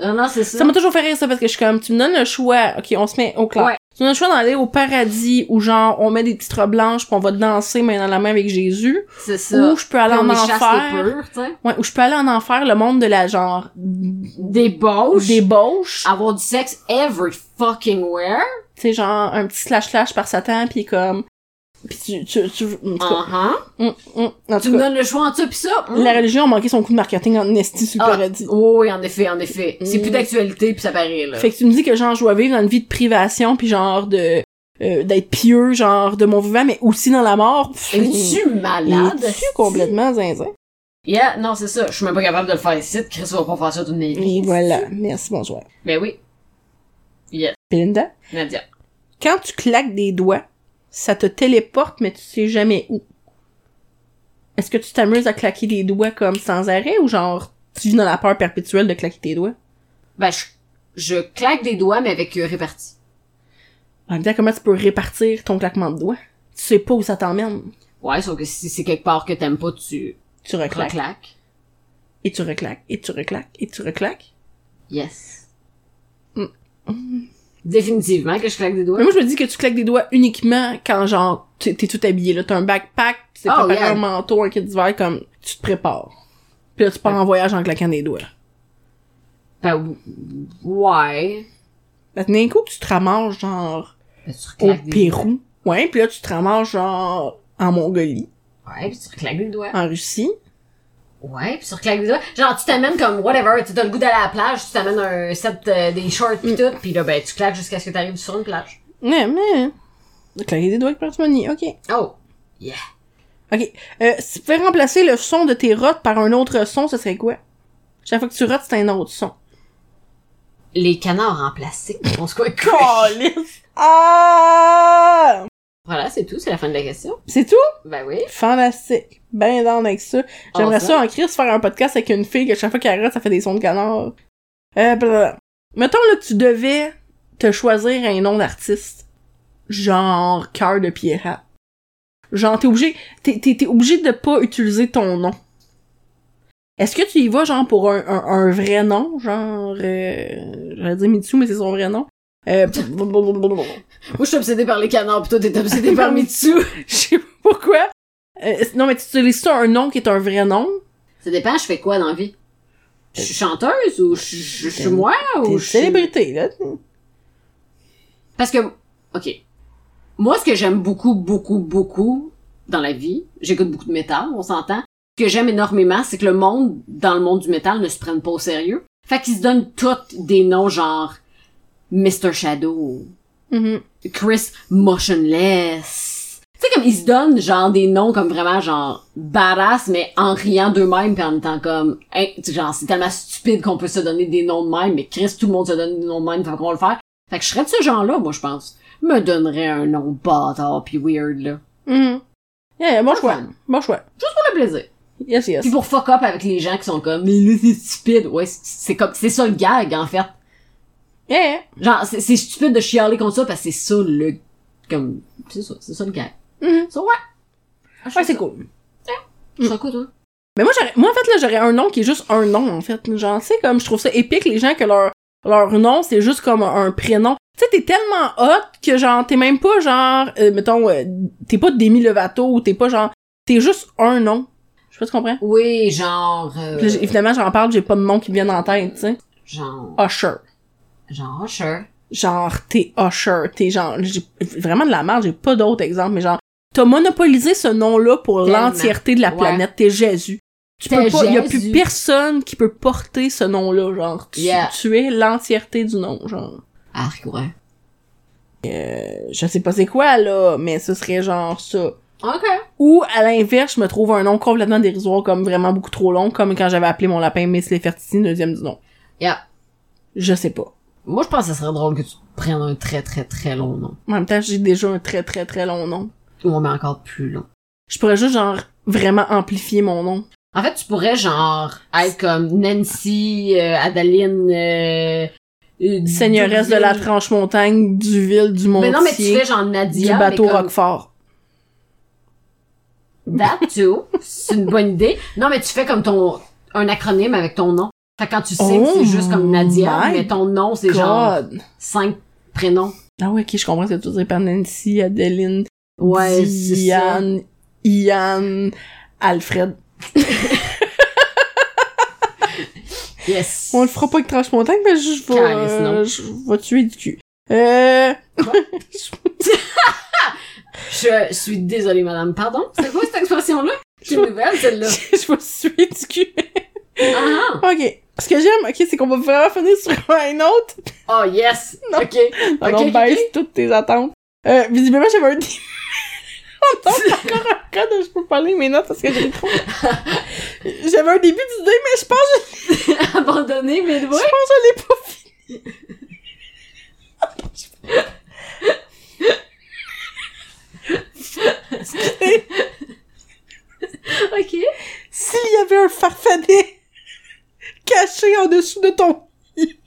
Speaker 1: ah non, c'est ça.
Speaker 2: Ça m'a toujours fait rire ça parce que je suis comme, tu me donnes le choix, ok, on se met au clair.
Speaker 1: Ouais.
Speaker 2: Tu me donnes le choix d'aller au paradis où genre on met des petites robes blanches puis on va danser main dans la main avec Jésus.
Speaker 1: C'est ça.
Speaker 2: Ou je peux aller
Speaker 1: Puis
Speaker 2: en
Speaker 1: on est chaste et
Speaker 2: enfer.
Speaker 1: pur, tu sais.
Speaker 2: Ouais, ou je peux aller en enfer, le monde de la genre
Speaker 1: Débauche.
Speaker 2: débauche.
Speaker 1: Avoir du sexe every fucking where.
Speaker 2: Tu sais, genre un petit slash slash par Satan puis comme. Puis tu, tu, tu, en tout cas,
Speaker 1: Uh-huh.
Speaker 2: hum, hum, en
Speaker 1: Tu
Speaker 2: tout
Speaker 1: me
Speaker 2: cas,
Speaker 1: donnes le choix entre ça pis ça. Mm.
Speaker 2: la religion a manqué son coup de marketing en esti sur le
Speaker 1: Ah,
Speaker 2: paradis.
Speaker 1: oh, oui, en effet, en effet. C'est
Speaker 2: Mm.
Speaker 1: plus d'actualité pis ça paraît, là.
Speaker 2: Fait que tu me dis que genre je dois vivre dans une vie de privation puis genre de euh, d'être pieux genre de mon vivant mais aussi dans la mort. Pff,
Speaker 1: Es-tu malade?
Speaker 2: es-tu complètement zinzin.
Speaker 1: Yeah, non, c'est ça. Je suis même pas capable de le faire ici. Chris va pas faire ça toute mes
Speaker 2: Et voilà, merci bonjour.
Speaker 1: Ben oui. Yes,
Speaker 2: Belinda,
Speaker 1: Nadia.
Speaker 2: quand tu claques des doigts, ça te téléporte mais tu sais jamais où. Est-ce que tu t'amuses à claquer des doigts comme sans arrêt ou genre tu vis dans la peur perpétuelle de claquer tes doigts?
Speaker 1: Ben, je, je claque des doigts, mais avec euh, répartie.
Speaker 2: En même temps, comment tu peux répartir ton claquement de doigts? Tu sais pas où ça t'emmène.
Speaker 1: Ouais, sauf que si c'est quelque part que t'aimes pas, tu
Speaker 2: Tu reclaques,
Speaker 1: reclaques.
Speaker 2: et tu reclaques, et tu reclaques, et tu reclaques.
Speaker 1: Yes.
Speaker 2: Mm.
Speaker 1: Définitivement que je claque des doigts.
Speaker 2: Mais moi, je me dis que tu claques des doigts uniquement quand, genre, t'es t'es tout habillé, là. T'as un backpack, tu t'es
Speaker 1: Oh,
Speaker 2: préparé
Speaker 1: yeah.
Speaker 2: un manteau, un kit d'hiver, comme, tu te prépares. Puis là, tu pars en voyage en claquant des doigts.
Speaker 1: Ben, ou- ouais.
Speaker 2: Là, d'un coup, tu te ramasses, genre,
Speaker 1: Ben, tu
Speaker 2: au
Speaker 1: reclaques des
Speaker 2: Pérou. Ouais, puis là, tu te ramasses, genre, en Mongolie,
Speaker 1: Ouais, puis tu reclaques des doigts.
Speaker 2: en Russie.
Speaker 1: Ouais, puis tu reclaques des doigts. Genre, tu t'amènes comme whatever, tu as le goût d'aller à la plage, tu t'amènes un set euh, des shorts pis tout, pis là, ben, tu claques jusqu'à ce que t'arrives sur une plage.
Speaker 2: Ouais, mais... de Claquer des doigts avec parcimonie, ok.
Speaker 1: Oh!
Speaker 2: Ok. Euh, si tu pouvais remplacer le son de tes rotes par un autre son, ce serait quoi? Chaque fois que tu rotes, c'est un autre son.
Speaker 1: Les canards en plastique. On se quoi?
Speaker 2: Calisse! Ah!
Speaker 1: Voilà, c'est tout, c'est la fin de la question.
Speaker 2: C'est tout?
Speaker 1: Ben oui.
Speaker 2: Fantastique. Ben down avec ça. J'aimerais
Speaker 1: Enfin.
Speaker 2: ça en crise faire un podcast avec une fille que chaque fois qu'elle rate, ça fait des sons de canard. Euh, blablabla. Mettons là que tu devais te choisir un nom d'artiste. Genre cœur de pirate. Genre t'es obligé. T'es, t'es, t'es obligé de pas utiliser ton nom. Est-ce que tu y vas genre pour un, un, un vrai nom? Genre euh, j'allais dire Mitsu, mais c'est son vrai nom. Euh,
Speaker 1: Moi, je suis obsédée par les canards pis toi, t'es obsédée
Speaker 2: par
Speaker 1: par Mitsu.
Speaker 2: je sais pas pourquoi. Euh, non mais tu utilises ça un nom qui est un vrai nom?
Speaker 1: Ça dépend, je fais quoi dans la vie? Je suis chanteuse ou je suis- je je suis moi
Speaker 2: T'es
Speaker 1: ou
Speaker 2: une
Speaker 1: je suis-
Speaker 2: célébrité, là.
Speaker 1: Parce que, ok. Moi, ce que j'aime beaucoup, beaucoup, beaucoup dans la vie, j'écoute beaucoup de métal, on s'entend. Ce que j'aime énormément, c'est que le monde, dans le monde du métal, ne se prenne pas au sérieux. Fait qu'ils se donnent toutes des noms genre Mr. Shadow, Mm-hmm. Chris Motionless. Tu sais, comme ils se donnent genre des noms comme vraiment genre badass, mais en riant d'eux-mêmes pis en étant comme, Hey, tu sais, genre c'est tellement stupide qu'on peut se donner des noms de même, mais Chris, tout le monde se donne des noms de même, fait qu'on va le faire. Fait que je serais de ce genre-là, moi, je pense. Me donnerais un nom bâtard pis weird, là. Mm-hmm.
Speaker 2: Mhm. Yeah, yeah, bon
Speaker 1: Pas
Speaker 2: choix.
Speaker 1: fun.
Speaker 2: Bon choix.
Speaker 1: Pour le plaisir.
Speaker 2: Yes, yes.
Speaker 1: Pis pour fuck up avec les gens qui sont comme, mais là, c'est stupide. Ouais, c'est- c'est comme, c'est ça le gag, en fait.
Speaker 2: Yeah, yeah.
Speaker 1: Genre, c'est c'est stupide de chialer contre ça parce que c'est ça le, comme, c'est ça, c'est ça le gag.
Speaker 2: Mhm.
Speaker 1: So, ouais. Ah, hein.
Speaker 2: Ouais, c'est cool.
Speaker 1: Je suis quoi, toi?
Speaker 2: Mais moi, j'aurais, moi, en fait, là, j'aurais un nom qui est juste un nom, en fait. Genre, tu sais, comme, je trouve ça épique, les gens, que leur, leur nom, c'est juste comme un prénom. Tu sais, t'es tellement hot que, genre, t'es même pas, genre, euh, mettons, euh, t'es pas Demi Lovato ou t'es pas, genre, t'es juste un nom. Je sais pas si tu comprends.
Speaker 1: Oui, genre. euh,
Speaker 2: Puis là, j'ai- évidemment, j'en parle, j'ai pas de nom qui me viennent en tête, tu sais. Ah,
Speaker 1: genre.
Speaker 2: Usher.
Speaker 1: Genre Usher.
Speaker 2: genre t'es Usher, t'es genre j'ai vraiment de la merde, j'ai pas d'autres exemples, mais genre t'as monopolisé ce nom-là pour
Speaker 1: Tellement.
Speaker 2: l'entièreté de la
Speaker 1: Ouais.
Speaker 2: planète, t'es Jésus. Tu
Speaker 1: T'es
Speaker 2: peux pas, y a
Speaker 1: Jésus.
Speaker 2: plus personne qui peut porter ce nom-là, genre tu,
Speaker 1: Yeah.
Speaker 2: tu es l'entièreté du nom, genre.
Speaker 1: Arc, ouais.
Speaker 2: Euh, je sais pas c'est quoi là, mais ce serait genre ça.
Speaker 1: Ok.
Speaker 2: Ou à l'inverse, je me trouve un nom complètement dérisoire comme vraiment beaucoup trop long, comme quand j'avais appelé mon lapin Miss Lefertiti, deuxième du nom.
Speaker 1: Yeah.
Speaker 2: Je sais pas.
Speaker 1: Moi, je pense que ça serait drôle que tu prennes un très très très long nom.
Speaker 2: En même temps, j'ai déjà un très très très long nom.
Speaker 1: Ou on met encore plus long.
Speaker 2: Je pourrais juste genre vraiment amplifier mon nom.
Speaker 1: En fait, tu pourrais genre être comme Nancy, euh, Adaline, euh, euh,
Speaker 2: Seigneuresse de la
Speaker 1: Douville.
Speaker 2: tranche montagne, du ville, du
Speaker 1: Mais
Speaker 2: montier,
Speaker 1: Ben non, mais tu fais genre Nadia.
Speaker 2: du
Speaker 1: mais
Speaker 2: bateau
Speaker 1: comme-
Speaker 2: Roquefort.
Speaker 1: That too. C'est une bonne idée. Non, mais tu fais comme ton, un acronyme avec ton nom. Fait que quand tu signes,
Speaker 2: Oh
Speaker 1: c'est juste comme Nadia,
Speaker 2: my
Speaker 1: mais ton nom, c'est genre
Speaker 2: God.
Speaker 1: cinq prénoms.
Speaker 2: Ah ouais, ok, je comprends ce que tu dis par Nancy, Adeline,
Speaker 1: Ouais, c'est ça.
Speaker 2: Diane, Ian, Alfred.
Speaker 1: Yes.
Speaker 2: On le fera pas avec tranche montagne, mais je vais,
Speaker 1: Calisse,
Speaker 2: euh,
Speaker 1: non.
Speaker 2: je vais tuer du cul. Euh,
Speaker 1: Je suis désolée, madame. Pardon? C'est quoi cette expression-là? C'est une nouvelle, celle-là.
Speaker 2: je vais tuer du cul.
Speaker 1: Ah,
Speaker 2: ok. Ce que j'aime, ok, c'est qu'on va vraiment finir sur un autre.
Speaker 1: ah. oh, yes!
Speaker 2: Non.
Speaker 1: OK.
Speaker 2: Alors,
Speaker 1: ok,
Speaker 2: baisse
Speaker 1: ok.
Speaker 2: toutes tes attentes. Euh, visiblement, j'avais un dé- On tombe encore un code, je peux parler mes notes parce que j'ai trop. j'avais un début d'idée, mais je pense que
Speaker 1: Abandonné, mais
Speaker 2: je,
Speaker 1: ouais.
Speaker 2: pense que je l'ai pas fini.
Speaker 1: OK.
Speaker 2: un farfadet caché en dessous de ton lit.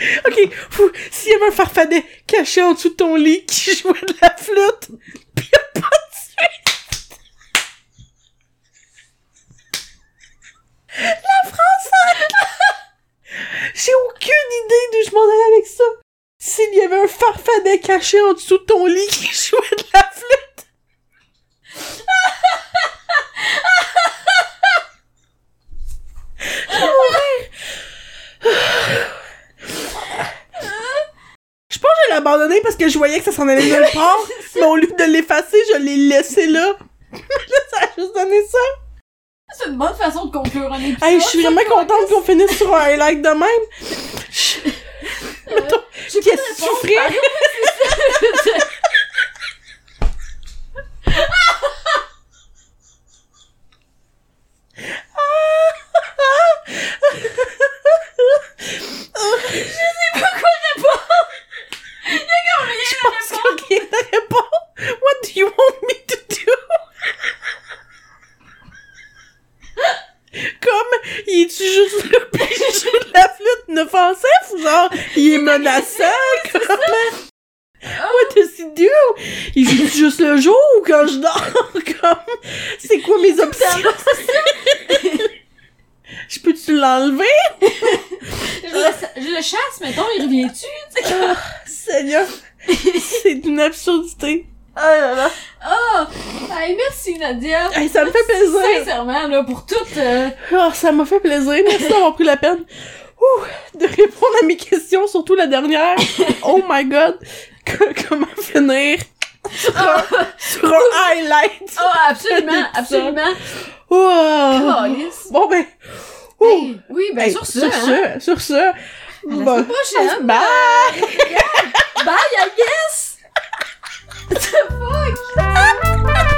Speaker 2: ok, fou, s'il y avait un farfadet caché en dessous de ton lit qui jouait de la flûte, pis a pas de suite. La française! J'ai aucune idée d'où je m'en allais avec ça. S'il y avait un farfadet caché en dessous de ton lit qui jouait de la flûte. Je vais mourir. Je pense que je l'ai abandonné parce que je voyais que ça s'en allait nulle part. Mais au lieu de l'effacer, je l'ai laissé là. là, ça a juste donné ça.
Speaker 1: C'est une bonne façon de conclure un épisode.
Speaker 2: Hey, je suis vraiment contente qu'on finisse sur un highlight de même. Je- Mettons, qu'est-ce que tu ferais? Je pense qu'on vient de répondre. What do you want me to do? Comme, il est-tu juste là pis il joue de la flûte inoffensif ou genre, il est menaçant? Comment? What does he do? Il joue juste le jour ou quand je dors? Comme, c'est quoi mes options? Je peux-tu l'enlever?
Speaker 1: Je le, je le chasse, mettons, il revient-tu? tu sais?
Speaker 2: Seigneur, c'est une absurdité. Oh là là.
Speaker 1: Oh! Hey, merci, Nadia!
Speaker 2: Hey, ça me fait plaisir.
Speaker 1: Sincèrement, là, pour toute... euh,
Speaker 2: Oh, ça m'a fait plaisir. Merci d'avoir pris la peine ouh, de répondre à mes questions, surtout la dernière. Oh my god. Que- comment finir sur un, sur un highlight.
Speaker 1: Oh, absolument, absolument!
Speaker 2: Oh. Ouah.
Speaker 1: Calisse.
Speaker 2: Bon ben. ouh.
Speaker 1: Hey, oui, ben,
Speaker 2: Hey,
Speaker 1: sur ce,
Speaker 2: sur
Speaker 1: hein. Ben,
Speaker 2: ce, sur ce.
Speaker 1: la
Speaker 2: bon,
Speaker 1: semaine prochaine.
Speaker 2: Bye.
Speaker 1: Bye, I guess! What the fuck?